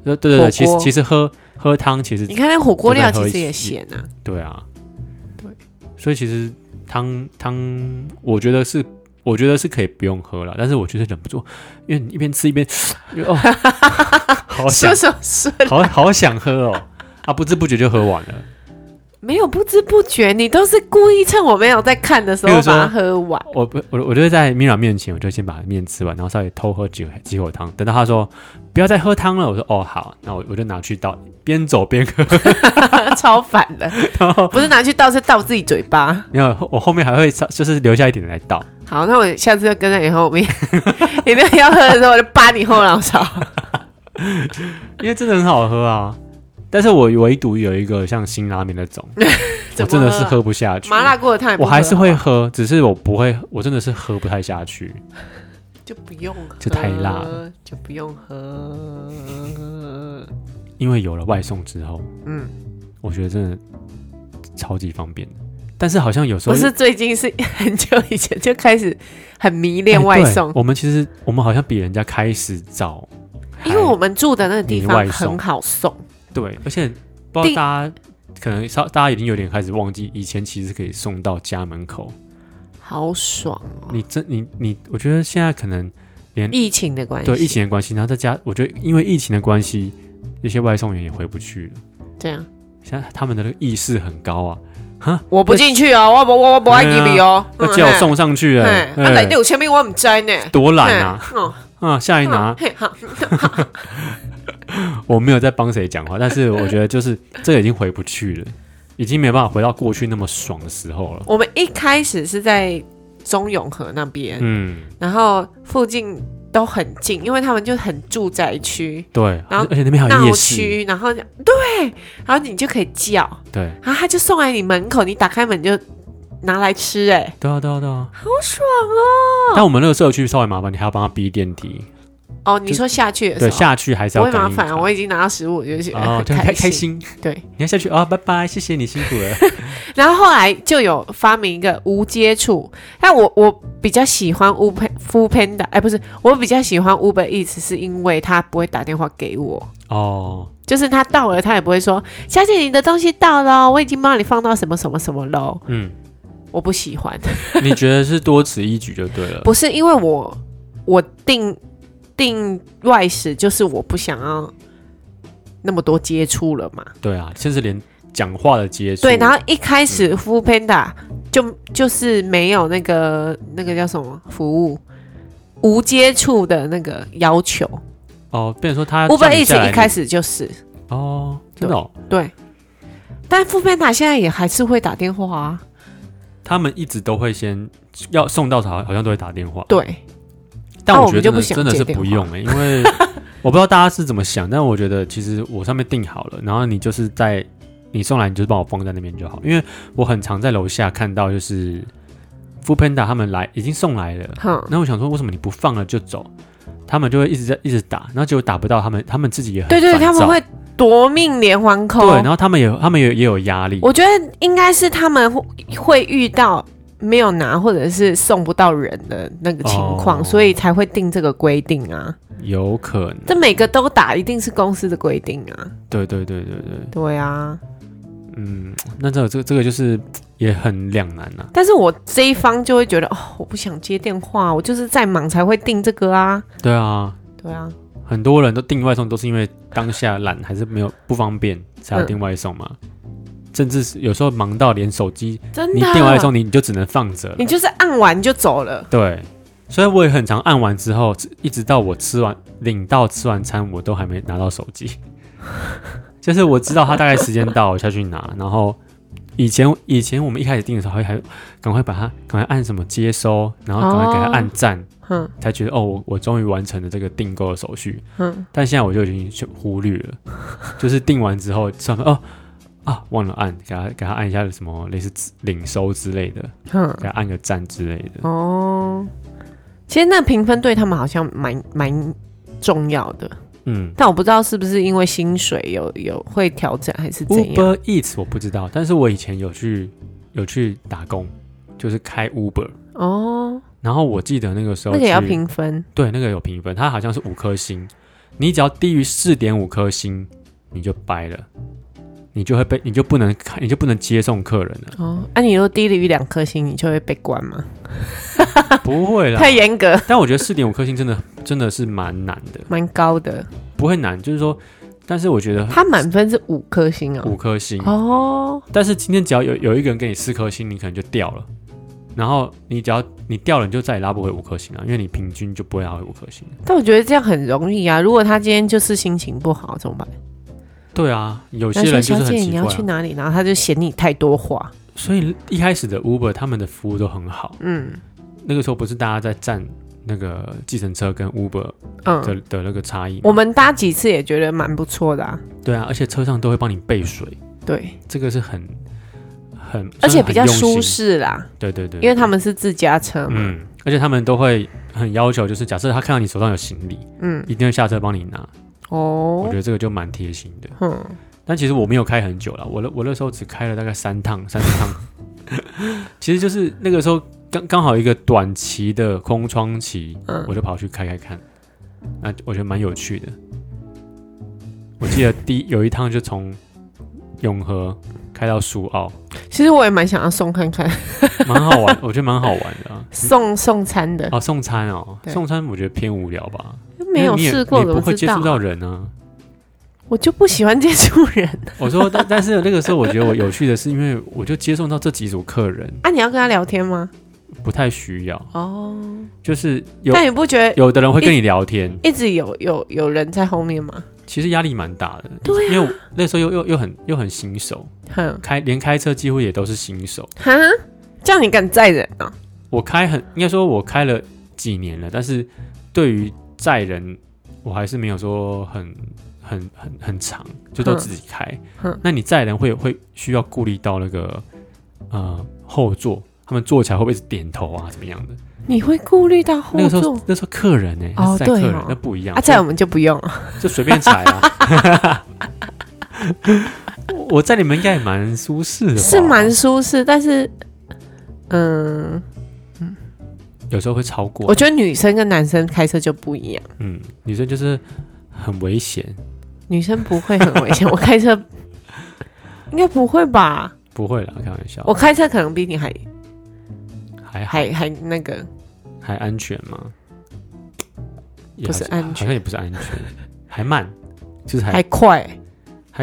[SPEAKER 2] 对对
[SPEAKER 1] 火
[SPEAKER 2] 对，
[SPEAKER 1] 锅
[SPEAKER 2] 其实其实喝喝汤其实
[SPEAKER 1] 你看那火锅料其
[SPEAKER 2] 就
[SPEAKER 1] 实
[SPEAKER 2] 在喝
[SPEAKER 1] 也咸啊。
[SPEAKER 2] 对啊，
[SPEAKER 1] 对，
[SPEAKER 2] 所以其实汤汤我觉得是。我觉得是可以不用喝了，但是我觉得忍不住，因为你一边吃
[SPEAKER 1] [LAUGHS]
[SPEAKER 2] 一边，哦，好想
[SPEAKER 1] 说说说，
[SPEAKER 2] [LAUGHS] 好好想喝哦，啊，不知不觉就喝完了。
[SPEAKER 1] 没有不知不觉，你都是故意趁我没有在看的时
[SPEAKER 2] 比
[SPEAKER 1] 候
[SPEAKER 2] 如说
[SPEAKER 1] 把它喝完。 [LAUGHS]
[SPEAKER 2] 我不我我就会在米 i 面前，我就先把面吃完，然后稍微偷喝几口几口汤。等到他说不要再喝汤了，我说哦好，那我我就拿去倒，边走边喝。
[SPEAKER 1] 超烦
[SPEAKER 2] [LAUGHS]
[SPEAKER 1] 的，不是拿去倒，是倒自己嘴巴。
[SPEAKER 2] 然后我后面还会稍就是留下一点来倒。
[SPEAKER 1] 好，那我下次就跟在你后
[SPEAKER 2] [LAUGHS]
[SPEAKER 1] 面，你那要喝的时候，我就扒你后脑勺。
[SPEAKER 2] 因为真的很好喝啊。但是我唯独有一个像辛拉面那种，我
[SPEAKER 1] 怎么
[SPEAKER 2] 真的是
[SPEAKER 1] 喝啊
[SPEAKER 2] 喝不下去。
[SPEAKER 1] 麻辣锅的汤也不啊
[SPEAKER 2] 我
[SPEAKER 1] 喝，
[SPEAKER 2] 还是会喝，只是我不会，我真的是喝不太下去。
[SPEAKER 1] 就不用喝，
[SPEAKER 2] 就太辣了，
[SPEAKER 1] 就不用喝。
[SPEAKER 2] 因为有了外送之后，
[SPEAKER 1] 嗯，
[SPEAKER 2] 我觉得真的超级方便的。但是好像有时候
[SPEAKER 1] 不是最近，是很久以前就开始很迷恋
[SPEAKER 2] 哎
[SPEAKER 1] 外
[SPEAKER 2] 对
[SPEAKER 1] 送，
[SPEAKER 2] 我们其实我们好像比人家开始早，
[SPEAKER 1] 因为我
[SPEAKER 2] 还
[SPEAKER 1] 们住的那个地
[SPEAKER 2] 哎迷
[SPEAKER 1] 方
[SPEAKER 2] 外送
[SPEAKER 1] 很好送。
[SPEAKER 2] 对，而且不知道
[SPEAKER 1] 第
[SPEAKER 2] 大家可能稍大家已经有点开始忘记，以前其实可以送到家门口。
[SPEAKER 1] 好爽！
[SPEAKER 2] 你真你你，我觉得现在可能
[SPEAKER 1] 疫情的关系，
[SPEAKER 2] 对疫情的关系，然后在家，我觉得因为疫情的关系，一些外送员也回不去了。
[SPEAKER 1] 这样，
[SPEAKER 2] 现在他们的那个意识很高啊，
[SPEAKER 1] 我不进去哦，我不我我不爱
[SPEAKER 2] 对啊
[SPEAKER 1] give 哦，
[SPEAKER 2] 那叫我送上去
[SPEAKER 1] 嘿，
[SPEAKER 2] 了、
[SPEAKER 1] 嘿
[SPEAKER 2] 哎
[SPEAKER 1] 啊来六千米我唔知呢，
[SPEAKER 2] 多懒啊！
[SPEAKER 1] 嘿，嗯
[SPEAKER 2] 啊，下来拿
[SPEAKER 1] 嗯，嘿好
[SPEAKER 2] 我没有在帮谁讲话，但是我觉得就是这个已经回不去了，已经没办法回到过去那么爽的时候了。
[SPEAKER 1] 我们一开始是在中永和那边，
[SPEAKER 2] 嗯，
[SPEAKER 1] 然后附近都很近，因为他们就很住宅区、
[SPEAKER 2] 对，
[SPEAKER 1] 然后
[SPEAKER 2] 而且那边还有
[SPEAKER 1] 闹
[SPEAKER 2] 啊夜市，
[SPEAKER 1] 区，然后对，然后你就可以叫，
[SPEAKER 2] 对，
[SPEAKER 1] 然后他就送来你门口，你打开门就拿来吃、哎，
[SPEAKER 2] 对啊，对啊，对啊。
[SPEAKER 1] 好爽哦！
[SPEAKER 2] 但我们那个社区稍微麻烦，你还要帮他逼电梯，
[SPEAKER 1] 哦，你说下去的时
[SPEAKER 2] 对，
[SPEAKER 1] 候，
[SPEAKER 2] 下去还是
[SPEAKER 1] 不
[SPEAKER 2] 要
[SPEAKER 1] 会麻
[SPEAKER 2] 感应
[SPEAKER 1] 烦啊，
[SPEAKER 2] 卡
[SPEAKER 1] 我已经拿到食物，我就觉得 [LAUGHS]
[SPEAKER 2] 哦
[SPEAKER 1] 很，
[SPEAKER 2] 对，开
[SPEAKER 1] 开
[SPEAKER 2] 开。心，
[SPEAKER 1] 对，
[SPEAKER 2] 你要下去啊，拜拜，谢谢你辛苦
[SPEAKER 1] [LAUGHS]
[SPEAKER 2] 了。
[SPEAKER 1] 然后后来就有发明一个无接触，但我我比较喜欢 u p e Food Panda，哎，不是，我比较喜欢 Uber Eats，是因为他不会打电话给我，
[SPEAKER 2] 哦，
[SPEAKER 1] 就是他到了，他也不会说小姐你的东西到了哦，我已经帮你放到什么什么什么喽，
[SPEAKER 2] 嗯，
[SPEAKER 1] 我不喜欢，
[SPEAKER 2] 你觉得是多此一举就对了。
[SPEAKER 1] 不是因为我我订订外食，就是我不想要那么多接触了嘛，
[SPEAKER 2] 对啊，甚至连讲话的接触，
[SPEAKER 1] 对，然后一开
[SPEAKER 2] 嗯
[SPEAKER 1] 始 Food Panda 就就是没有那个那个叫什么服务，无接触的那个要求。
[SPEAKER 2] 哦，变成说他
[SPEAKER 1] Uber
[SPEAKER 2] 叫你下
[SPEAKER 1] Eats
[SPEAKER 2] 来
[SPEAKER 1] 一开始就是
[SPEAKER 2] 哦，真的、哦，
[SPEAKER 1] 对，但 Food Panda 现在也还是会打电话啊。
[SPEAKER 2] 他们一直都会先要送到好，好像都会打电话。
[SPEAKER 1] 对，
[SPEAKER 2] 但
[SPEAKER 1] 啊
[SPEAKER 2] 我
[SPEAKER 1] 我
[SPEAKER 2] 觉得
[SPEAKER 1] 们就不
[SPEAKER 2] 真的
[SPEAKER 1] 想
[SPEAKER 2] 真的
[SPEAKER 1] 接
[SPEAKER 2] 是
[SPEAKER 1] 电
[SPEAKER 2] 不
[SPEAKER 1] 话
[SPEAKER 2] 用哎、因
[SPEAKER 1] [LAUGHS]
[SPEAKER 2] 为我不知道大家是怎么想，但我觉得其实我上面订好了，然后你就是在你送来，你就是帮我放在那边就好，因为我很常在楼下看到就是 f o o Panda 他们来已经送来了，
[SPEAKER 1] 哼，
[SPEAKER 2] 那我想说为什么你不放了就走？他们就会一直在一直打，然后结果打不到他们，他们自己也很
[SPEAKER 1] 对对，
[SPEAKER 2] 烦
[SPEAKER 1] 他们
[SPEAKER 2] 躁
[SPEAKER 1] 会夺命连环扣。
[SPEAKER 2] 对，然后他们也他们也也有压力，
[SPEAKER 1] 我觉得应该是他们会会遇到没有拿或者是送不到人的那个情况，
[SPEAKER 2] 哦
[SPEAKER 1] 所以才会定这个规定啊。
[SPEAKER 2] 有可能，
[SPEAKER 1] 这每个都打一定是公司的规定啊。
[SPEAKER 2] 对对对对对，
[SPEAKER 1] 对啊，
[SPEAKER 2] 嗯，那这个这个这个就是也很两难啊呐、
[SPEAKER 1] 但是我这一方就会觉得哦，我不想接电话，我就是在忙才会订这个啊。
[SPEAKER 2] 对啊，
[SPEAKER 1] 对啊，
[SPEAKER 2] 很多人都订外送都是因为当下懒还是没有不方便才要订外送嘛，甚至是有时候忙到连手机
[SPEAKER 1] 真
[SPEAKER 2] 你
[SPEAKER 1] 的。
[SPEAKER 2] 订外送你你就只能放着了，
[SPEAKER 1] 你就是按完就走了。
[SPEAKER 2] 对，所以我也很常按完之后，一直到我吃完领到吃完餐，我都还没拿到手机。就是我知道它大概时间到，我下去拿。然后以前以前我们一开始订的时候，还还赶快把它赶快按什么接收，然后赶快给它按赞，
[SPEAKER 1] 哼
[SPEAKER 2] 才觉得哦，我我终于完成了这个订购的手续。
[SPEAKER 1] 哼，
[SPEAKER 2] 但现在我就已经忽略
[SPEAKER 1] [LAUGHS]
[SPEAKER 2] 了，就是订完之后算了哦啊忘了按，给它给它按一下什么类似领收之类的，
[SPEAKER 1] 哼
[SPEAKER 2] 给它按个赞之类的。
[SPEAKER 1] 嗯哦，其实那评分对他们好像蛮蛮重要的，
[SPEAKER 2] 嗯，
[SPEAKER 1] 但我不知道是不是因为薪水有有会调整还是怎样。
[SPEAKER 2] Uber Eats 我不知道，但是我以前有去有去打工，就是开 Uber，
[SPEAKER 1] 哦，
[SPEAKER 2] 然后我记得那个时候
[SPEAKER 1] 那个也要
[SPEAKER 2] 去
[SPEAKER 1] 评分
[SPEAKER 2] 对那个有评分，它好像是五颗星，你只要低于四点五颗星，你就掰了，你就会被你就不能开你就不能接送客人
[SPEAKER 1] [LAUGHS]
[SPEAKER 2] 了，
[SPEAKER 1] 哦。那、你如果低于两颗星，你就会被关吗？
[SPEAKER 2] 不会啦
[SPEAKER 1] 太。严格，
[SPEAKER 2] 但我觉得四点五颗星真的真的是蛮难的，
[SPEAKER 1] 蛮高的。
[SPEAKER 2] 不会难，就是说，但是我觉得
[SPEAKER 1] 他满分是五颗星哦。
[SPEAKER 2] 五颗星，
[SPEAKER 1] 哦，
[SPEAKER 2] 但是今天只要有有一个人给你四颗星，你可能就掉了。然后你只要你掉了，你就再也拉不回五颗星了，因为你平均就不会拉回五颗星。
[SPEAKER 1] 但我觉得这样很容易啊。如果他今天就是心情不好，怎么办？
[SPEAKER 2] 对啊，有些
[SPEAKER 1] 那说
[SPEAKER 2] 人就
[SPEAKER 1] 小
[SPEAKER 2] 是很
[SPEAKER 1] 姐你
[SPEAKER 2] 奇怪、
[SPEAKER 1] 要去
[SPEAKER 2] 啊。
[SPEAKER 1] 哪里，然后他就嫌你太多话。
[SPEAKER 2] 所以一开始的 Uber 他们的服务都很好。
[SPEAKER 1] 嗯
[SPEAKER 2] 那个时候不是大家在站那个计程车跟 Uber 的、
[SPEAKER 1] 嗯，
[SPEAKER 2] 的那个差异吗？
[SPEAKER 1] 我们搭几次也觉得蛮不错的啊。
[SPEAKER 2] 对啊，而且车上都会帮你备水，
[SPEAKER 1] 对，
[SPEAKER 2] 这个是很很
[SPEAKER 1] 而且
[SPEAKER 2] 算是
[SPEAKER 1] 比较
[SPEAKER 2] 很用心
[SPEAKER 1] 舒。适啦，
[SPEAKER 2] 对对对，
[SPEAKER 1] 因为他们是自家车嘛。
[SPEAKER 2] 嗯，而且他们都会很要求，就是假设他看到你手上有行李，
[SPEAKER 1] 嗯
[SPEAKER 2] 一定会下车帮你拿。我
[SPEAKER 1] 哦
[SPEAKER 2] 觉，得这个就蛮贴心的。
[SPEAKER 1] 嗯，
[SPEAKER 2] 但其实我没有开很久了，我那我那时候只开了大概三趟，三四趟。 [LAUGHS] 其实就是那个时候刚刚好一个短期的空窗期，
[SPEAKER 1] 嗯
[SPEAKER 2] 我就跑去开开看，那我觉得蛮有趣的。我记得第一有一趟就从永和开到苏澳，
[SPEAKER 1] 其实我也蛮想要送看 [LAUGHS] 看，
[SPEAKER 2] 蛮好
[SPEAKER 1] [LAUGHS]
[SPEAKER 2] 玩，我觉得蛮好玩的、啊。
[SPEAKER 1] 送送餐的，
[SPEAKER 2] 哦，送餐哦，
[SPEAKER 1] 对
[SPEAKER 2] 送餐我觉得偏无聊吧，
[SPEAKER 1] 没有
[SPEAKER 2] 因为你也
[SPEAKER 1] 试过
[SPEAKER 2] 你
[SPEAKER 1] 怎
[SPEAKER 2] 不
[SPEAKER 1] 么
[SPEAKER 2] 会
[SPEAKER 1] 知
[SPEAKER 2] 接
[SPEAKER 1] 道
[SPEAKER 2] 触
[SPEAKER 1] 啊？
[SPEAKER 2] 到人啊。
[SPEAKER 1] 我就不喜欢接触人
[SPEAKER 2] [LAUGHS]
[SPEAKER 1] [LAUGHS]
[SPEAKER 2] 我说，但但是那个时候我觉得我有趣的是，因为我就接送到这几组客人，
[SPEAKER 1] 啊！你要跟他聊天吗？
[SPEAKER 2] 不太需要，
[SPEAKER 1] 哦，
[SPEAKER 2] 就是有
[SPEAKER 1] 但你不觉得
[SPEAKER 2] 有的人会跟你聊天，
[SPEAKER 1] 一直有有有人在后面吗？
[SPEAKER 2] 其实压力蛮大的，对、啊因为我那时候又又又很又很新手，
[SPEAKER 1] 哼
[SPEAKER 2] 开连开车几乎也都是新手，
[SPEAKER 1] 哈，这样你敢载人啊？
[SPEAKER 2] 我开很应该说我开了几年了，但是对于载人，我还是没有说很。很很很长，就都
[SPEAKER 1] 嗯
[SPEAKER 2] 自己开。
[SPEAKER 1] 嗯
[SPEAKER 2] 那你载人会会需要顾虑到那个呃后座，他们坐起来会不会一直点头啊，怎么样的？
[SPEAKER 1] 你会顾虑到后
[SPEAKER 2] 那个时
[SPEAKER 1] 座
[SPEAKER 2] 候那时候客人呢、欸，
[SPEAKER 1] 哦
[SPEAKER 2] 那是载客人、
[SPEAKER 1] 对哦
[SPEAKER 2] 那不一样
[SPEAKER 1] 啊？载我们就不用了，
[SPEAKER 2] 就随便踩啊。 [LAUGHS] 我在你们应该也蛮舒适的
[SPEAKER 1] [LAUGHS]
[SPEAKER 2] 吧，
[SPEAKER 1] 是蛮舒适，但是嗯，
[SPEAKER 2] 有时候会超过啊
[SPEAKER 1] 我，觉得女生跟男生开车就不一样，
[SPEAKER 2] 嗯，女生就是很危险，
[SPEAKER 1] 女生不会很危险，我开车应该不会吧？
[SPEAKER 2] 不会啦，开玩笑，
[SPEAKER 1] 我开车可能比你还
[SPEAKER 2] 哦还好
[SPEAKER 1] 还还那个，
[SPEAKER 2] 还安全吗？也
[SPEAKER 1] 不是
[SPEAKER 2] 还
[SPEAKER 1] 安全
[SPEAKER 2] 好像也不是安全，
[SPEAKER 1] [LAUGHS]
[SPEAKER 2] 还慢，就是
[SPEAKER 1] 还
[SPEAKER 2] 还还
[SPEAKER 1] 快，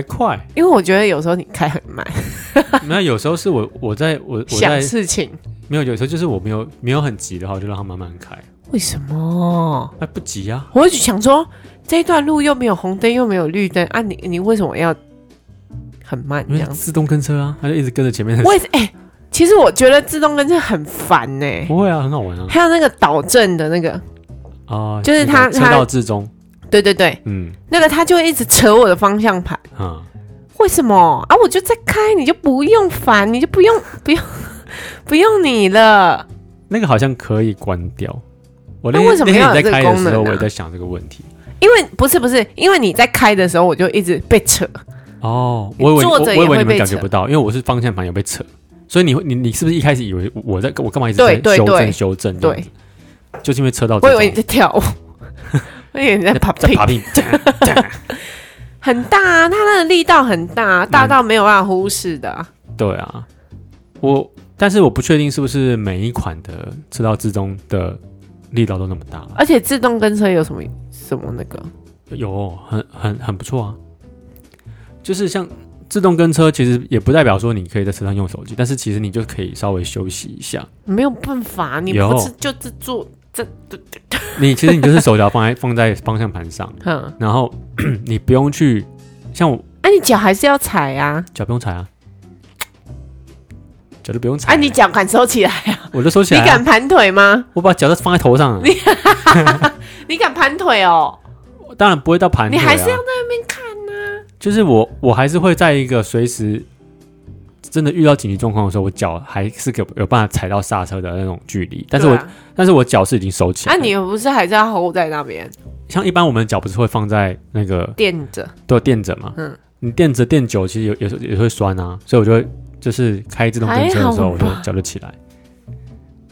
[SPEAKER 2] 快。
[SPEAKER 1] 因为我觉得有时候你开很慢，
[SPEAKER 2] 没有，有时候是我我在我我
[SPEAKER 1] 想
[SPEAKER 2] 在
[SPEAKER 1] 事情，
[SPEAKER 2] 没有，有时候就是我没有没有很急的话，我就让它慢慢开，
[SPEAKER 1] 为什么？
[SPEAKER 2] 哎，不急啊，
[SPEAKER 1] 我就想说，这一段路又没有红灯，又没有绿灯啊你，你为什么要很慢
[SPEAKER 2] 因
[SPEAKER 1] 这
[SPEAKER 2] 为
[SPEAKER 1] 样子？
[SPEAKER 2] 自动跟车啊，它就一直跟着前 [LAUGHS] 面的车，
[SPEAKER 1] 我也是，哎、其实我觉得自动跟车很烦呢、
[SPEAKER 2] 不会啊，很好玩啊，
[SPEAKER 1] 还有那个导正的那个，[LAUGHS]
[SPEAKER 2] 啊，
[SPEAKER 1] 就是
[SPEAKER 2] 那个
[SPEAKER 1] 它
[SPEAKER 2] 车
[SPEAKER 1] 它
[SPEAKER 2] 到至中，
[SPEAKER 1] 对对对，
[SPEAKER 2] 嗯
[SPEAKER 1] 那个他就会一直扯我的方向盘，
[SPEAKER 2] 啊，
[SPEAKER 1] 为什么啊？我就在开，你就不用烦，你就不用 [LAUGHS] 不用不用你了。
[SPEAKER 2] 那个好像可以关掉。我那
[SPEAKER 1] 那
[SPEAKER 2] 天
[SPEAKER 1] 为什么
[SPEAKER 2] 那天
[SPEAKER 1] 要有
[SPEAKER 2] 你
[SPEAKER 1] 这
[SPEAKER 2] 在
[SPEAKER 1] 个
[SPEAKER 2] 开
[SPEAKER 1] 功
[SPEAKER 2] 的时
[SPEAKER 1] 能
[SPEAKER 2] 候，
[SPEAKER 1] 啊
[SPEAKER 2] 我也在想这个问题。
[SPEAKER 1] 因为不是不是，因为你在开的时候，我就一直被扯，
[SPEAKER 2] 哦，我以为
[SPEAKER 1] 坐着
[SPEAKER 2] 我
[SPEAKER 1] 也
[SPEAKER 2] 我以为
[SPEAKER 1] 会
[SPEAKER 2] 你们
[SPEAKER 1] 被
[SPEAKER 2] 感觉
[SPEAKER 1] 扯
[SPEAKER 2] 不到，因为我是方向盘有被扯，所以你会你你是不是一开始以为我在我干嘛一直
[SPEAKER 1] 对
[SPEAKER 2] 在
[SPEAKER 1] 对
[SPEAKER 2] 修正
[SPEAKER 1] 对
[SPEAKER 2] 修正这样
[SPEAKER 1] 对
[SPEAKER 2] 子？就是因为车道
[SPEAKER 1] 我
[SPEAKER 2] 这
[SPEAKER 1] 以
[SPEAKER 2] 种
[SPEAKER 1] [LAUGHS] 为你在跳
[SPEAKER 2] [LAUGHS]
[SPEAKER 1] 舞，我以为你在爬
[SPEAKER 2] 在
[SPEAKER 1] 屁
[SPEAKER 2] 爬屁，
[SPEAKER 1] 很大啊，它那个力道很大、啊，大到没有办法忽视的啊、
[SPEAKER 2] [LAUGHS] 对啊，我但是我不确定是不是每一款的车道之中的力道都那么大啊，
[SPEAKER 1] 而且自动跟车有什么什么那个？
[SPEAKER 2] 有很很很不错啊，就是像。自动跟车其实也不代表说你可以在车上用手机，但是其实你就可以稍微休息一下。
[SPEAKER 1] 没有办法，你
[SPEAKER 2] 有
[SPEAKER 1] 不是就是做这这这，
[SPEAKER 2] 你其实你就是手脚放在 [LAUGHS] 放在方向盘上，
[SPEAKER 1] 哼，
[SPEAKER 2] 然后 [CLEARS THROAT] 你不用去像我
[SPEAKER 1] 啊，你脚还是要踩啊，
[SPEAKER 2] 脚不用踩啊，脚就不用踩
[SPEAKER 1] 啊，
[SPEAKER 2] 了、
[SPEAKER 1] 你脚敢收起来啊？
[SPEAKER 2] 我就收起
[SPEAKER 1] 你
[SPEAKER 2] 来啊、
[SPEAKER 1] 敢盘腿吗？
[SPEAKER 2] 我把脚都放在头上、啊，
[SPEAKER 1] 你敢盘腿哦？
[SPEAKER 2] 当然不会到盘腿、啊，
[SPEAKER 1] 你还是要
[SPEAKER 2] 在那
[SPEAKER 1] 啊
[SPEAKER 2] 边看呢、就是我我还是会在一个随时真的遇到紧急状况的时候，我脚还是有有办法踩到刹车的那种距离，但是我、
[SPEAKER 1] 对啊
[SPEAKER 2] 但是我脚是已经收起来
[SPEAKER 1] 啊，
[SPEAKER 2] 了。
[SPEAKER 1] 你不是还是要 hold 在那边
[SPEAKER 2] 像一般我们的脚不是会放在那个
[SPEAKER 1] 垫着？
[SPEAKER 2] 都有垫着嘛，
[SPEAKER 1] 嗯
[SPEAKER 2] 你垫着垫久，其实有有时候也会酸啊，所以我就会就是开自动跟车的时
[SPEAKER 1] 还
[SPEAKER 2] 候，
[SPEAKER 1] 好
[SPEAKER 2] 我就
[SPEAKER 1] 吧
[SPEAKER 2] 脚就起来。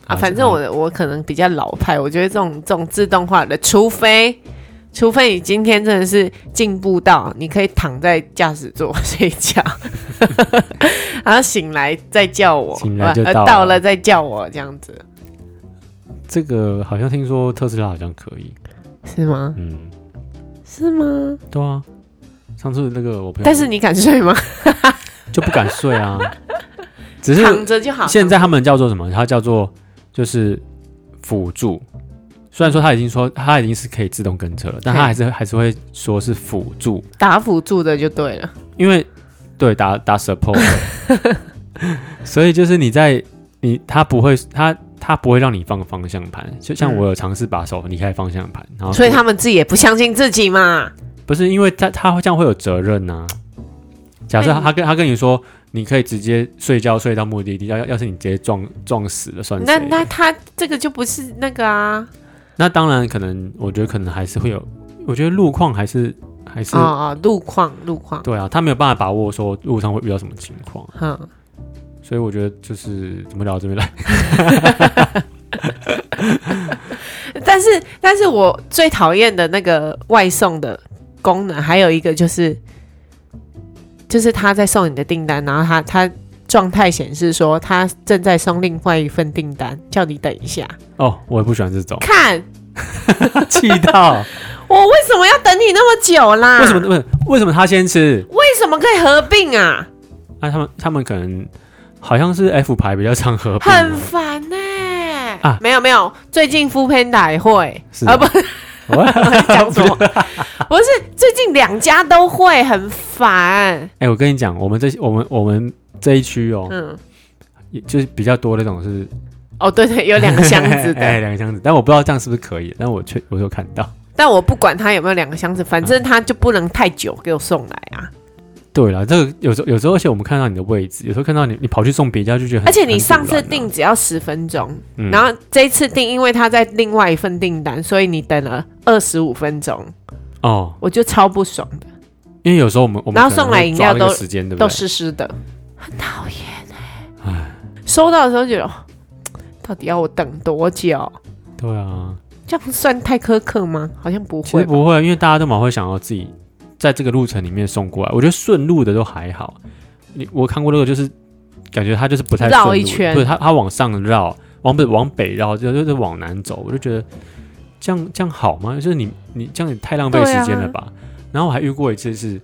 [SPEAKER 1] 啊，反正我
[SPEAKER 2] 啊
[SPEAKER 1] 的我可能比较老派，我觉得这种这种自动化的，除非除非你今天真的是进步到你可以躺在驾驶座睡
[SPEAKER 2] [LAUGHS]
[SPEAKER 1] 觉，然后醒来再叫我，
[SPEAKER 2] 醒来就
[SPEAKER 1] 呃
[SPEAKER 2] 到了
[SPEAKER 1] 到了再叫我，这样子
[SPEAKER 2] 这个好像听说特斯拉好像可以，
[SPEAKER 1] 是吗？
[SPEAKER 2] 嗯，
[SPEAKER 1] 是吗？
[SPEAKER 2] 对啊，上次那个我朋友，
[SPEAKER 1] 但是你敢睡吗？
[SPEAKER 2] 就不敢睡
[SPEAKER 1] [LAUGHS]
[SPEAKER 2] 啊，只是
[SPEAKER 1] 躺着就好。
[SPEAKER 2] 现在他们叫做什么？它叫做就是辅助。虽然说他已经说他已经是可以自动跟车了，但他
[SPEAKER 1] 嘿
[SPEAKER 2] 还是还是会说是辅助，
[SPEAKER 1] 打辅助的就对了，
[SPEAKER 2] 因为对打
[SPEAKER 1] [LAUGHS]
[SPEAKER 2] 打 support，所以就是你在你他不会他他不会让你放方向盘，就像
[SPEAKER 1] 嗯
[SPEAKER 2] 我有尝试把手离开方向盘，然后
[SPEAKER 1] 所以他们自己也不相信自己嘛。
[SPEAKER 2] 不是因为他他会这样会有责任呐、假设
[SPEAKER 1] 那你
[SPEAKER 2] 他跟他跟你说，你可以直接睡觉睡到目的地，要要要是你直接撞撞死了算谁
[SPEAKER 1] 那那他这个就不是那个啊，
[SPEAKER 2] 那当然，可能我觉得可能还是会有，我觉得路况还是还是、
[SPEAKER 1] 哦哦，路况路况，
[SPEAKER 2] 对啊，他没有办法把握说路上会遇到什么情况，
[SPEAKER 1] 嗯，
[SPEAKER 2] 所以我觉得就是怎么聊到这边来，
[SPEAKER 1] 但是但是我最讨厌的那个外送的功能，还有一个就是，就是他在送你的订单，然后他他状态显示说他正在送另外一份订单，叫你等一下，，
[SPEAKER 2] 哦，我也不喜欢这种
[SPEAKER 1] 看
[SPEAKER 2] [LAUGHS] 气到
[SPEAKER 1] 我为什么要等你那么久啦？
[SPEAKER 2] [LAUGHS] 为什么？不是为什么他先吃？
[SPEAKER 1] 为什么可以合并啊？
[SPEAKER 2] 那、他们他们可能好像是 F 牌比较常合并
[SPEAKER 1] 很
[SPEAKER 2] 哦，
[SPEAKER 1] 烦呢、
[SPEAKER 2] 啊
[SPEAKER 1] 没有没有，最近 f o o Panda 也会，
[SPEAKER 2] 是
[SPEAKER 1] 啊不，
[SPEAKER 2] 哇
[SPEAKER 1] [LAUGHS]
[SPEAKER 2] [LAUGHS]
[SPEAKER 1] 讲什么？ [LAUGHS] 不是，最近两家都会，很烦。
[SPEAKER 2] 哎、我跟你讲，我们这我们我们这一区哦，
[SPEAKER 1] 嗯，
[SPEAKER 2] 也就是比较多那种是
[SPEAKER 1] 哦对对，有 [LAUGHS] 两个箱子
[SPEAKER 2] [LAUGHS] 哎，
[SPEAKER 1] 的，
[SPEAKER 2] 两个箱子，但我不知道这样是不是可以，但我却我有看到。
[SPEAKER 1] 但我不管它有没有两个箱子，反正它就不能太久给我送来
[SPEAKER 2] 嗯
[SPEAKER 1] 啊。
[SPEAKER 2] 对了，这个有时候有时候，而且我们看到你的位置，有时候看到你你跑去送别家就觉得很，
[SPEAKER 1] 而且你
[SPEAKER 2] 很
[SPEAKER 1] 上次
[SPEAKER 2] 堵然啊
[SPEAKER 1] 订，只要十分钟，
[SPEAKER 2] 嗯
[SPEAKER 1] 然后这一次订，因为它在另外一份订单，所以你等了二十五分钟，
[SPEAKER 2] 哦，
[SPEAKER 1] 我就超不爽的，
[SPEAKER 2] 因为有时候我们我们
[SPEAKER 1] 然后
[SPEAKER 2] 可能
[SPEAKER 1] 送来
[SPEAKER 2] 会
[SPEAKER 1] 饮
[SPEAKER 2] 抓
[SPEAKER 1] 料
[SPEAKER 2] 那个
[SPEAKER 1] 都
[SPEAKER 2] 时间对不
[SPEAKER 1] 都
[SPEAKER 2] 对？
[SPEAKER 1] 湿湿的，很讨厌哎。收到的时候觉得，哦到底要我等多久？
[SPEAKER 2] 对啊，
[SPEAKER 1] 这样算太苛刻吗？好像不
[SPEAKER 2] 其
[SPEAKER 1] 会
[SPEAKER 2] 实
[SPEAKER 1] 吧。
[SPEAKER 2] 不会，因为大家都蛮会想要自己在这个路程里面送过来，我觉得顺路的都还好。你我看过那个，就是感觉他就是不太顺路
[SPEAKER 1] 绕一圈
[SPEAKER 2] 对他他往上绕，往北往北绕，就就是往南走，我就觉得这样这样好吗？就是你你这样也太浪费
[SPEAKER 1] 对啊
[SPEAKER 2] 时间了吧。然后我还遇过一次是，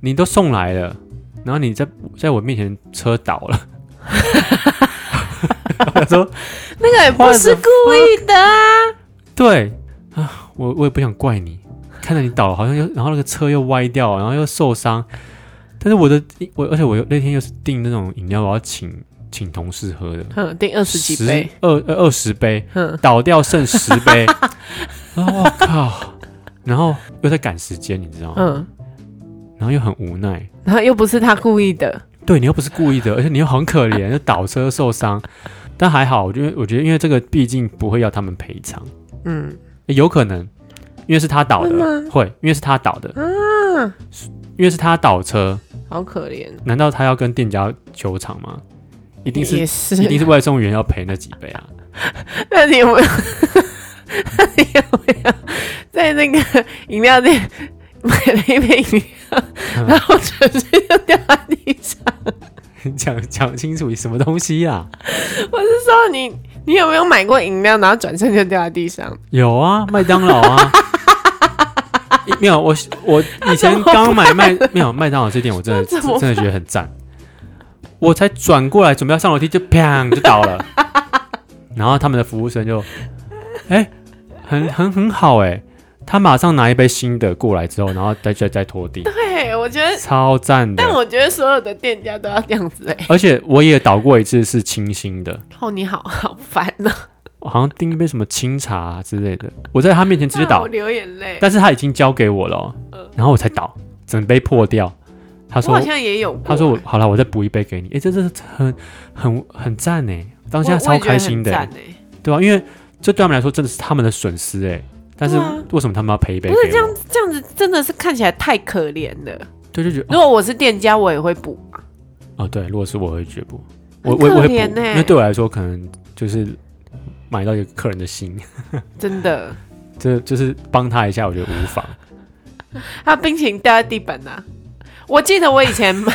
[SPEAKER 2] 你都送来了，然后你在在我面前车倒
[SPEAKER 1] [LAUGHS]
[SPEAKER 2] 了。我说
[SPEAKER 1] 那个也不是故意的 [LAUGHS] 啊，
[SPEAKER 2] 对啊，我我也不想怪你，看到你倒了，好像又然后那个车又歪掉，然后又受伤。但是我的我，而且我又那天又是订那种饮料，我要请请同事喝的，
[SPEAKER 1] 哼，订嗯二十几杯，
[SPEAKER 2] 十二呃二十杯，
[SPEAKER 1] 哼，
[SPEAKER 2] 倒掉剩十杯， [LAUGHS] 然后我靠，然后又在赶时间，你知道吗？
[SPEAKER 1] 嗯，
[SPEAKER 2] 然后又很无奈，
[SPEAKER 1] 然后又不是他故意的，
[SPEAKER 2] 对你又不是故意的，而且你又很可怜，又倒车受伤，但还好，我觉得我觉得因为这个毕竟不会要他们赔偿。
[SPEAKER 1] 嗯，
[SPEAKER 2] 欸有可能，因为是他倒
[SPEAKER 1] 会
[SPEAKER 2] 的，会，因为是他倒的，因为是他倒车，
[SPEAKER 1] 好可怜，
[SPEAKER 2] 难道他要跟店家求偿吗？一定是
[SPEAKER 1] 也，是，
[SPEAKER 2] 一定是外送员要赔那几倍啊！
[SPEAKER 1] [LAUGHS]
[SPEAKER 2] [LAUGHS]
[SPEAKER 1] 那你有没有？ [LAUGHS] 那你有没有在那个 [LAUGHS] 饮料店买了一杯饮料，
[SPEAKER 2] 嗯
[SPEAKER 1] 然后全身就掉在地上？
[SPEAKER 2] 讲讲清楚什么东西啊？
[SPEAKER 1] 我是说你，你有没有买过饮料，然后转身就掉在地上？
[SPEAKER 2] 有啊，麦当
[SPEAKER 1] [LAUGHS]
[SPEAKER 2] 劳啊。一没有，我我以前刚买麦没有麦当劳这店，我真的
[SPEAKER 1] 那怎么办
[SPEAKER 2] 真的觉得很赞。我才转过来准备要上楼梯，就砰就倒
[SPEAKER 1] [LAUGHS]
[SPEAKER 2] 了。然后他们的服务生就，哎、很很很好哎、他马上拿一杯新的过来之后，然后再再再拖地，
[SPEAKER 1] 对，哎我觉得，
[SPEAKER 2] 超赞的
[SPEAKER 1] 但。我觉得所有的店家都要这样子哎、
[SPEAKER 2] 而且我也倒过一次是清新的，
[SPEAKER 1] 哦，你好好烦哦，
[SPEAKER 2] 好像订一杯什么清茶、之类的，我在他面前直接
[SPEAKER 1] 让
[SPEAKER 2] 倒
[SPEAKER 1] [LAUGHS] 我，流眼泪。
[SPEAKER 2] 但是他已经交给我了哦、然后我才倒，整杯破掉。他
[SPEAKER 1] 呃我
[SPEAKER 2] 说
[SPEAKER 1] 好，像也有过
[SPEAKER 2] 他说我好了，我再补一杯给你。哎、这真的很很很赞呢，当
[SPEAKER 1] 我
[SPEAKER 2] 下
[SPEAKER 1] 我
[SPEAKER 2] 超
[SPEAKER 1] 也觉得
[SPEAKER 2] 开心的
[SPEAKER 1] 很
[SPEAKER 2] 欸，
[SPEAKER 1] 赞欸
[SPEAKER 2] 对啊？因为这对他们来说真的是他们的损失哎，但是
[SPEAKER 1] 对啊
[SPEAKER 2] 为什么他们要赔一杯
[SPEAKER 1] 不是
[SPEAKER 2] 给
[SPEAKER 1] 这样
[SPEAKER 2] 我？，
[SPEAKER 1] 这样子真的是看起来太可怜了。
[SPEAKER 2] 对，就觉得
[SPEAKER 1] 如
[SPEAKER 2] 哦
[SPEAKER 1] 果我是店家，我也会补。
[SPEAKER 2] 哦对，如果是我会绝不，我
[SPEAKER 1] 很
[SPEAKER 2] 我我会
[SPEAKER 1] 可
[SPEAKER 2] 补，
[SPEAKER 1] 怜欸
[SPEAKER 2] 因为对我来说可能就是买到一个客人的心， [LAUGHS]
[SPEAKER 1] 真的，
[SPEAKER 2] 这就是帮他一下，我觉得
[SPEAKER 1] [LAUGHS]
[SPEAKER 2] 无妨。
[SPEAKER 1] 他啊冰淇淋掉在地板呐、我记得我以前 [LAUGHS] 买，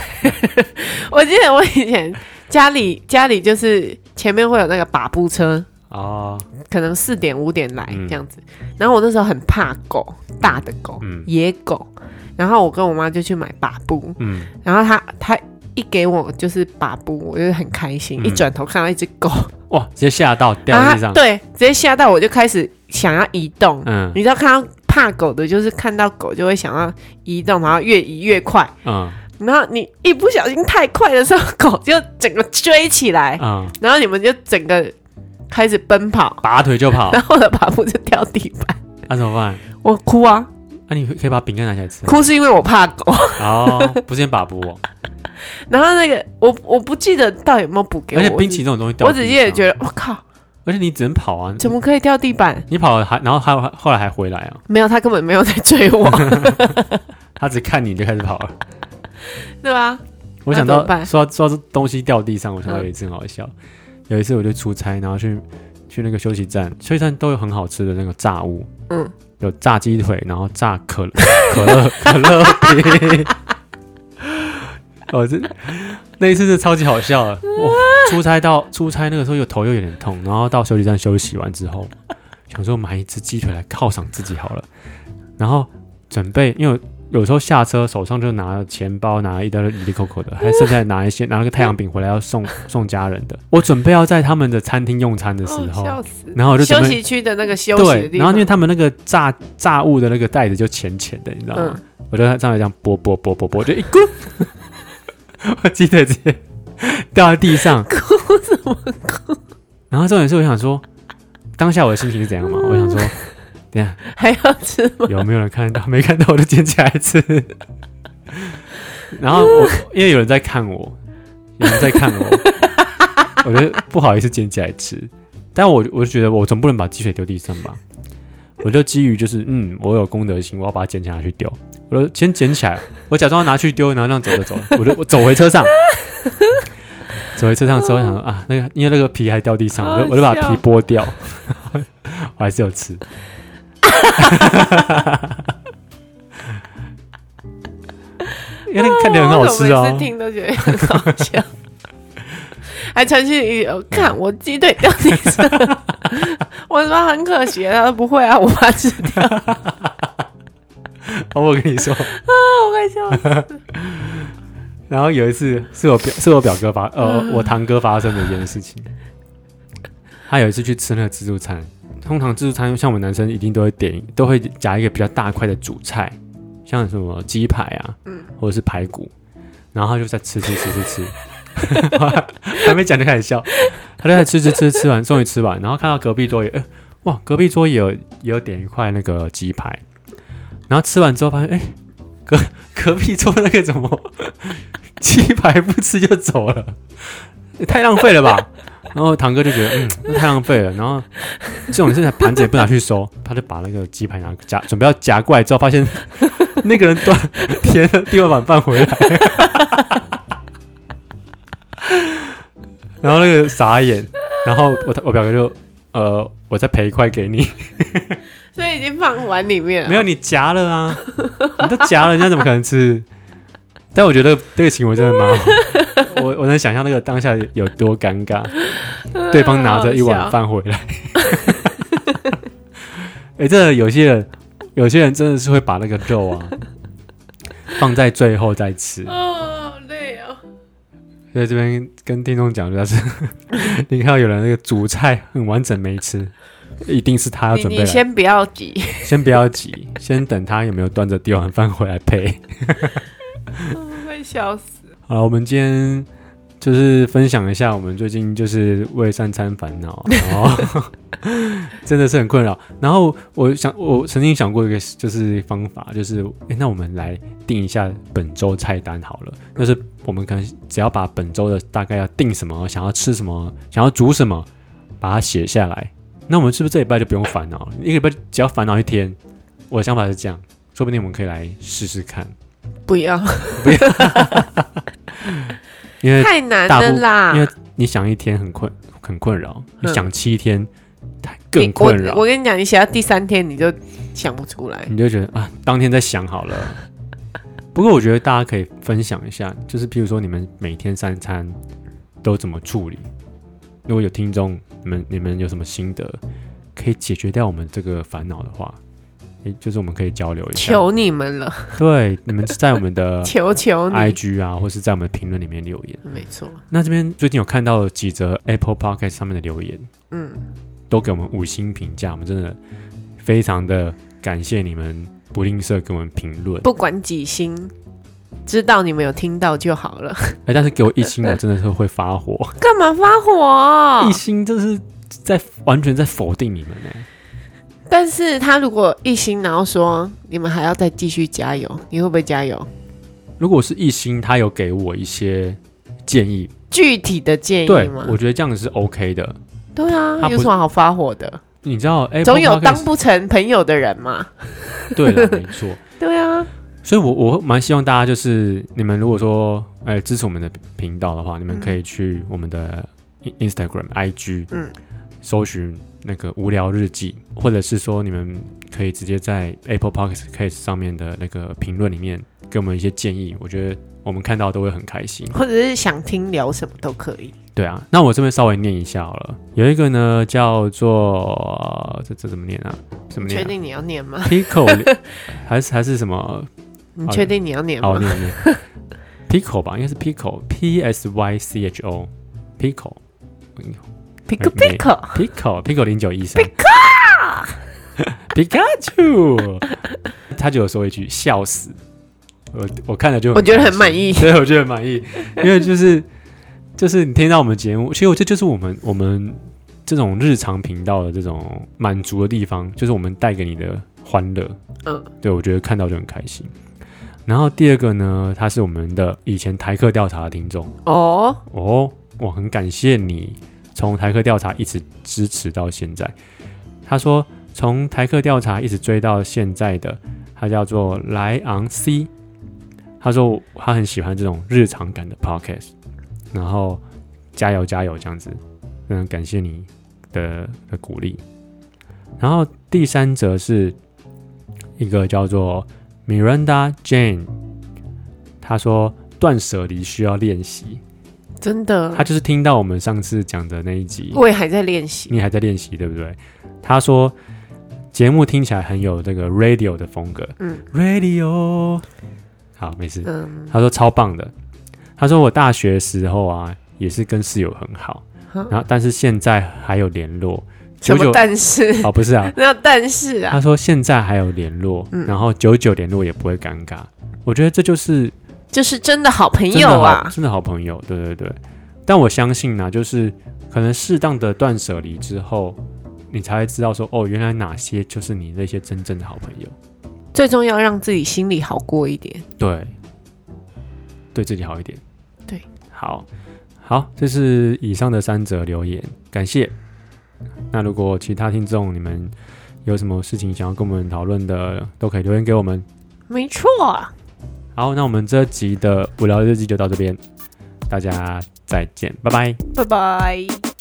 [SPEAKER 1] 我记得我以前家里家里就是前面会有那个把布车，
[SPEAKER 2] 哦，
[SPEAKER 1] 可能四点五点来
[SPEAKER 2] 嗯
[SPEAKER 1] 这样子。然后我那时候很怕狗，大的狗，
[SPEAKER 2] 嗯
[SPEAKER 1] 野狗。然后我跟我妈就去买把布，
[SPEAKER 2] 嗯，
[SPEAKER 1] 然后她她一给我就是把布，我就很开心。
[SPEAKER 2] 嗯
[SPEAKER 1] 一转头看到一只狗，
[SPEAKER 2] 哇，直接吓到掉在地上，
[SPEAKER 1] 啊，对，直接吓到我就开始想要移动。
[SPEAKER 2] 嗯
[SPEAKER 1] 你知道看到怕狗的，就是看到狗就会想要移动，然后越移越快。
[SPEAKER 2] 嗯
[SPEAKER 1] 然后你一不小心太快的时候，狗就整个追起来，
[SPEAKER 2] 嗯，
[SPEAKER 1] 然后你们就整个开始奔跑，
[SPEAKER 2] 拔腿就跑，
[SPEAKER 1] 然后我的跑步就掉地板。
[SPEAKER 2] 那怎么办？
[SPEAKER 1] 我哭啊，
[SPEAKER 2] 那、你可以把饼干拿起
[SPEAKER 1] [LAUGHS]
[SPEAKER 2] 来吃。
[SPEAKER 1] 哭是因为我怕狗。 [LAUGHS]
[SPEAKER 2] 哦，不是先把布、哦，
[SPEAKER 1] 然后那个我我不记得到底有没有补给我，
[SPEAKER 2] 而且冰淇淋这种东西掉
[SPEAKER 1] 我
[SPEAKER 2] 地上，啊
[SPEAKER 1] 只记得觉得我靠，
[SPEAKER 2] 而且你只能跑啊，
[SPEAKER 1] 怎么可以掉地板？
[SPEAKER 2] 你跑了还然后还后来还回来啊，
[SPEAKER 1] 没有，他根本没有在追
[SPEAKER 2] [LAUGHS]
[SPEAKER 1] 我，
[SPEAKER 2] 他只看你就开始
[SPEAKER 1] [LAUGHS]
[SPEAKER 2] 跑了。
[SPEAKER 1] 对吧？
[SPEAKER 2] 我想
[SPEAKER 1] 那怎
[SPEAKER 2] 到
[SPEAKER 1] 么办嗯
[SPEAKER 2] 说到说到东西掉地上，我想到有一次很好笑，有一次我就出差，然后去去那个休息站，休息站都有很好吃的那个炸物，
[SPEAKER 1] 嗯，
[SPEAKER 2] 有炸鸡腿，然后炸可乐 [LAUGHS] 可乐可乐饼。 [LAUGHS] 哦，这那一次是超级好笑的。我出差到出差那个时候，有头又有点痛，然后到休息站休息完之后，想说买一只鸡腿来犒赏自己好了。然后准备，因为有时候下车手上就拿了钱包，拿了一堆里里扣扣的，还剩下拿一些拿了个太阳饼回来要送送家人的。我准备要在他们的餐厅用餐的时
[SPEAKER 1] 哦，
[SPEAKER 2] 候，
[SPEAKER 1] 笑死！
[SPEAKER 2] 然后我就准
[SPEAKER 1] 休
[SPEAKER 2] 备
[SPEAKER 1] 息区的那个休息的
[SPEAKER 2] 对，
[SPEAKER 1] 地方，
[SPEAKER 2] 然后因为他们那个炸炸物的那个袋子就浅浅的，你知道吗？
[SPEAKER 1] 嗯
[SPEAKER 2] 我就上来这样拨拨拨拨拨，就一咕， [LAUGHS] 我记得直接掉在
[SPEAKER 1] [LAUGHS]
[SPEAKER 2] 地上，哭什么哭？然后重点是我想说，当下我的心情是怎样嘛？我想说，等一下
[SPEAKER 1] 嗯， [LAUGHS] 还要吃吗？
[SPEAKER 2] 有没有人看到？没看到我就捡起来吃。 [LAUGHS] 然后我因为有人在看我，有人在看我， [LAUGHS] 我觉得不好意思捡起来吃。但我我就觉得我总不能把鸡腿丢地上吧，我就基于就是嗯，我有公德心，我要把它捡起来拿去丢。我就先捡起来，我假装要拿去丢，然后这样走着走，我就我走回车上。走回车上之后，想说啊，那个因为那个皮还掉地上，我就我就把
[SPEAKER 1] 好好
[SPEAKER 2] 皮
[SPEAKER 1] 笑
[SPEAKER 2] 剥掉，我还是有
[SPEAKER 1] [LAUGHS]
[SPEAKER 2] 吃。因为那个 [LAUGHS] 看起来很好吃
[SPEAKER 1] 我每
[SPEAKER 2] 哦
[SPEAKER 1] 次，听都觉得很好笑。 [LAUGHS] 还传讯息，呃看我鸡腿掉地上，我说啊很可惜，他说不会啊，我怕吃掉，
[SPEAKER 2] 哦我跟你说，
[SPEAKER 1] 我快笑死。
[SPEAKER 2] 然后有一次是我表是我表哥发呃我堂哥发生的一件事情，他有一次去吃那个自助餐，通常自助餐像我们男生一定都会点都会夹一个比较大块的主菜，像什么鸡排啊，或者是排骨，然后他就在吃吃吃吃 [LAUGHS] 吃，还没讲就开始笑，他就在吃吃吃吃完，终于吃完，然后看到隔壁桌也、呃哇，隔壁桌也有也有点一块那个鸡排，然后吃完之后发现哎。隔隔壁桌那个怎么鸡排不吃就走了，也太浪费了吧？然后堂哥就觉得，嗯，那太浪费了。然后这种事情盘子也不拿去收，他就把那个鸡排拿夹，准备要夹过来之后，发现那个人端 [LAUGHS] 填了第二碗饭回来， [LAUGHS] 然后那个傻眼，然后我我表哥就。呃，我再赔一块给你，
[SPEAKER 1] 所以已经放碗里面了，
[SPEAKER 2] 没有你夹了啊， [LAUGHS] 你都夹了，人家怎么可能吃？但我觉得这个行为真的蛮好，我我能想象那个当下有多尴尬。
[SPEAKER 1] 嗯
[SPEAKER 2] 对方拿着一碗，饭回
[SPEAKER 1] [LAUGHS]
[SPEAKER 2] 来。哎、这有些人，有些人真的是会把那个肉啊放在最后再吃。
[SPEAKER 1] 好笑哦，好累哦。
[SPEAKER 2] 所以这边跟听众讲，就是 [LAUGHS] 你看到有人那个主菜很完整没吃，一定是他要
[SPEAKER 1] 你
[SPEAKER 2] 准备
[SPEAKER 1] 你
[SPEAKER 2] 来，先
[SPEAKER 1] 先不要急，
[SPEAKER 2] 不要急，先等他有没有端着第二碗饭回来配。
[SPEAKER 1] 我快笑死。
[SPEAKER 2] 好了，我们今天就是分享一下我们最近就是为三餐烦恼，然后真的是很困扰。然后我想，我曾经想过一个就是方法，就是哎、诶那我们来定一下本周菜单好了。就是我们可能只要把本周的大概要定什么，想要吃什么，想要煮什么，把它写下来。那我们是不是这礼拜就不用烦恼了？一个礼拜只要烦恼一天，我的想法是这样，说不定我们可以来试试看，
[SPEAKER 1] 不要，
[SPEAKER 2] 因为
[SPEAKER 1] 太难
[SPEAKER 2] 大
[SPEAKER 1] 了
[SPEAKER 2] 部
[SPEAKER 1] 啦！
[SPEAKER 2] 因为你想一天很困很困扰，你
[SPEAKER 1] 嗯
[SPEAKER 2] 想七天太
[SPEAKER 1] 你
[SPEAKER 2] 更
[SPEAKER 1] 我
[SPEAKER 2] 困扰
[SPEAKER 1] 我，跟你讲，你写到第三天你就想不出来。
[SPEAKER 2] 你就觉得啊，当天再想好了。 [LAUGHS] 不过我觉得大家可以分享一下，就是譬如说你们每天三餐都怎么处理？如果有听众，你们你们有什么心得可以解决掉我们这个烦恼的话，诶，就是我们可以交流一下。
[SPEAKER 1] 求你们了，
[SPEAKER 2] 对，你们在我们 [LAUGHS] 的
[SPEAKER 1] 求求你，
[SPEAKER 2] IG 啊，或是在我们的评论里面留言。
[SPEAKER 1] 没错，
[SPEAKER 2] 那这边最近有看到几则 Apple Podcast 上面的留言，
[SPEAKER 1] 嗯。
[SPEAKER 2] 都给我们五星评价，我们真的非常的感谢你们不吝啬给我们评论。
[SPEAKER 1] 不管几星，知道你们有听到就好了。
[SPEAKER 2] 哎、但是给我一星，我真的是会发火，
[SPEAKER 1] [LAUGHS] 干嘛发火啊
[SPEAKER 2] 一？星就是在完全在否定你们欸呢、
[SPEAKER 1] 但是他如果一星，然后说你们还要再继续加油，你会不会加油？
[SPEAKER 2] 如果是一星，他有给我一些建议，
[SPEAKER 1] 具体的建
[SPEAKER 2] 对
[SPEAKER 1] 议吗？
[SPEAKER 2] 我觉得这样是 OK 的。
[SPEAKER 1] 对啊
[SPEAKER 2] 他，不
[SPEAKER 1] 有什么好发火的？
[SPEAKER 2] 你知道，哎，
[SPEAKER 1] 总有当不成朋友的人嘛。
[SPEAKER 2] 对了，没错。
[SPEAKER 1] 对啊，
[SPEAKER 2] 所以我，我蛮希望大家就是你们如果说呃支持我们的频道的话，你们可以去我们的 In- Instagram、IG，
[SPEAKER 1] 嗯
[SPEAKER 2] 搜寻那个无聊日记，或者是说你们可以直接在 Apple Podcast 上面的那个评论里面给我们一些建议，我觉得我们看到都会很开心。
[SPEAKER 1] 或者是想听聊什么都可以。
[SPEAKER 2] 对啊，那我这边稍微念一下好了，有一个呢叫做这这怎么念啊？怎么
[SPEAKER 1] 你确
[SPEAKER 2] 念、啊
[SPEAKER 1] 定你要念吗？
[SPEAKER 2] ？Pickle 还是还是什么？
[SPEAKER 1] 你确定你要念
[SPEAKER 2] 好
[SPEAKER 1] 吗？
[SPEAKER 2] 念念 Pickle 吧，应该是 Pickle，P S Y C H O，Pickle。
[SPEAKER 1] p i c k
[SPEAKER 2] 没
[SPEAKER 1] p i c k
[SPEAKER 2] Pickle Pickle 零九一三 Pikachu，他就有说一句笑死，我我看了就
[SPEAKER 1] 我觉得很
[SPEAKER 2] 意，
[SPEAKER 1] 满意。
[SPEAKER 2] 对，我觉得很满意，因为就是就是你听到我们节目，其实我这就是我们我们这种日常频道的这种满足的地方，就是我们带给你的欢乐，
[SPEAKER 1] 嗯，
[SPEAKER 2] 对我觉得看到就很开心。然后第二个呢，他是我们的以前台客调查的听众，
[SPEAKER 1] 哦，
[SPEAKER 2] 哦，我很感谢你从台客调查一直支持到现在。他说从台客调查一直追到现在的，他叫做莱昂 C。他说他很喜欢这种日常感的 podcast，然后加油加油这样子，嗯，感谢你的的鼓励。然后第三则是一个叫做 Miranda Jane，他说断舍离需要练习，
[SPEAKER 1] 真的
[SPEAKER 2] 他，就是听到我们上次讲的那一集，
[SPEAKER 1] 我也还在练习。
[SPEAKER 2] 你还在练习对不对？他说节目听起来很有这个 radio 的风格，
[SPEAKER 1] 嗯
[SPEAKER 2] ，radio，好，没事。
[SPEAKER 1] 嗯，
[SPEAKER 2] 他说超棒的，他说我大学时候啊也是跟室友很好，
[SPEAKER 1] 哈
[SPEAKER 2] 然后但是现在还有联
[SPEAKER 1] [LAUGHS]
[SPEAKER 2] 络，
[SPEAKER 1] 什
[SPEAKER 2] 久
[SPEAKER 1] 么
[SPEAKER 2] 久
[SPEAKER 1] 但是？
[SPEAKER 2] 哦不是
[SPEAKER 1] [LAUGHS]
[SPEAKER 2] 啊，
[SPEAKER 1] 那但是啊，
[SPEAKER 2] 他说现在还有联络，
[SPEAKER 1] 嗯
[SPEAKER 2] 然后久久联络也不会尴尬，我觉得这就是
[SPEAKER 1] 就是真的好朋
[SPEAKER 2] 真的
[SPEAKER 1] 友
[SPEAKER 2] 好，
[SPEAKER 1] 啊。
[SPEAKER 2] 真的好朋友，对对对。但我相信呢、就是可能适当的断舍离之后，你才会知道说，哦，原来哪些就是你那些真正的好朋友，
[SPEAKER 1] 最重要让自己心里好过一点。
[SPEAKER 2] 对，对自己好一点，
[SPEAKER 1] 对，
[SPEAKER 2] 好，好，这是以上的三则留言，感谢。那如果其他听众你们有什么事情想要跟我们讨论的，都可以留言给我们。
[SPEAKER 1] 没错，啊
[SPEAKER 2] 好，那我们这集的无聊日记就到这边，大家再见，拜拜。
[SPEAKER 1] 拜拜。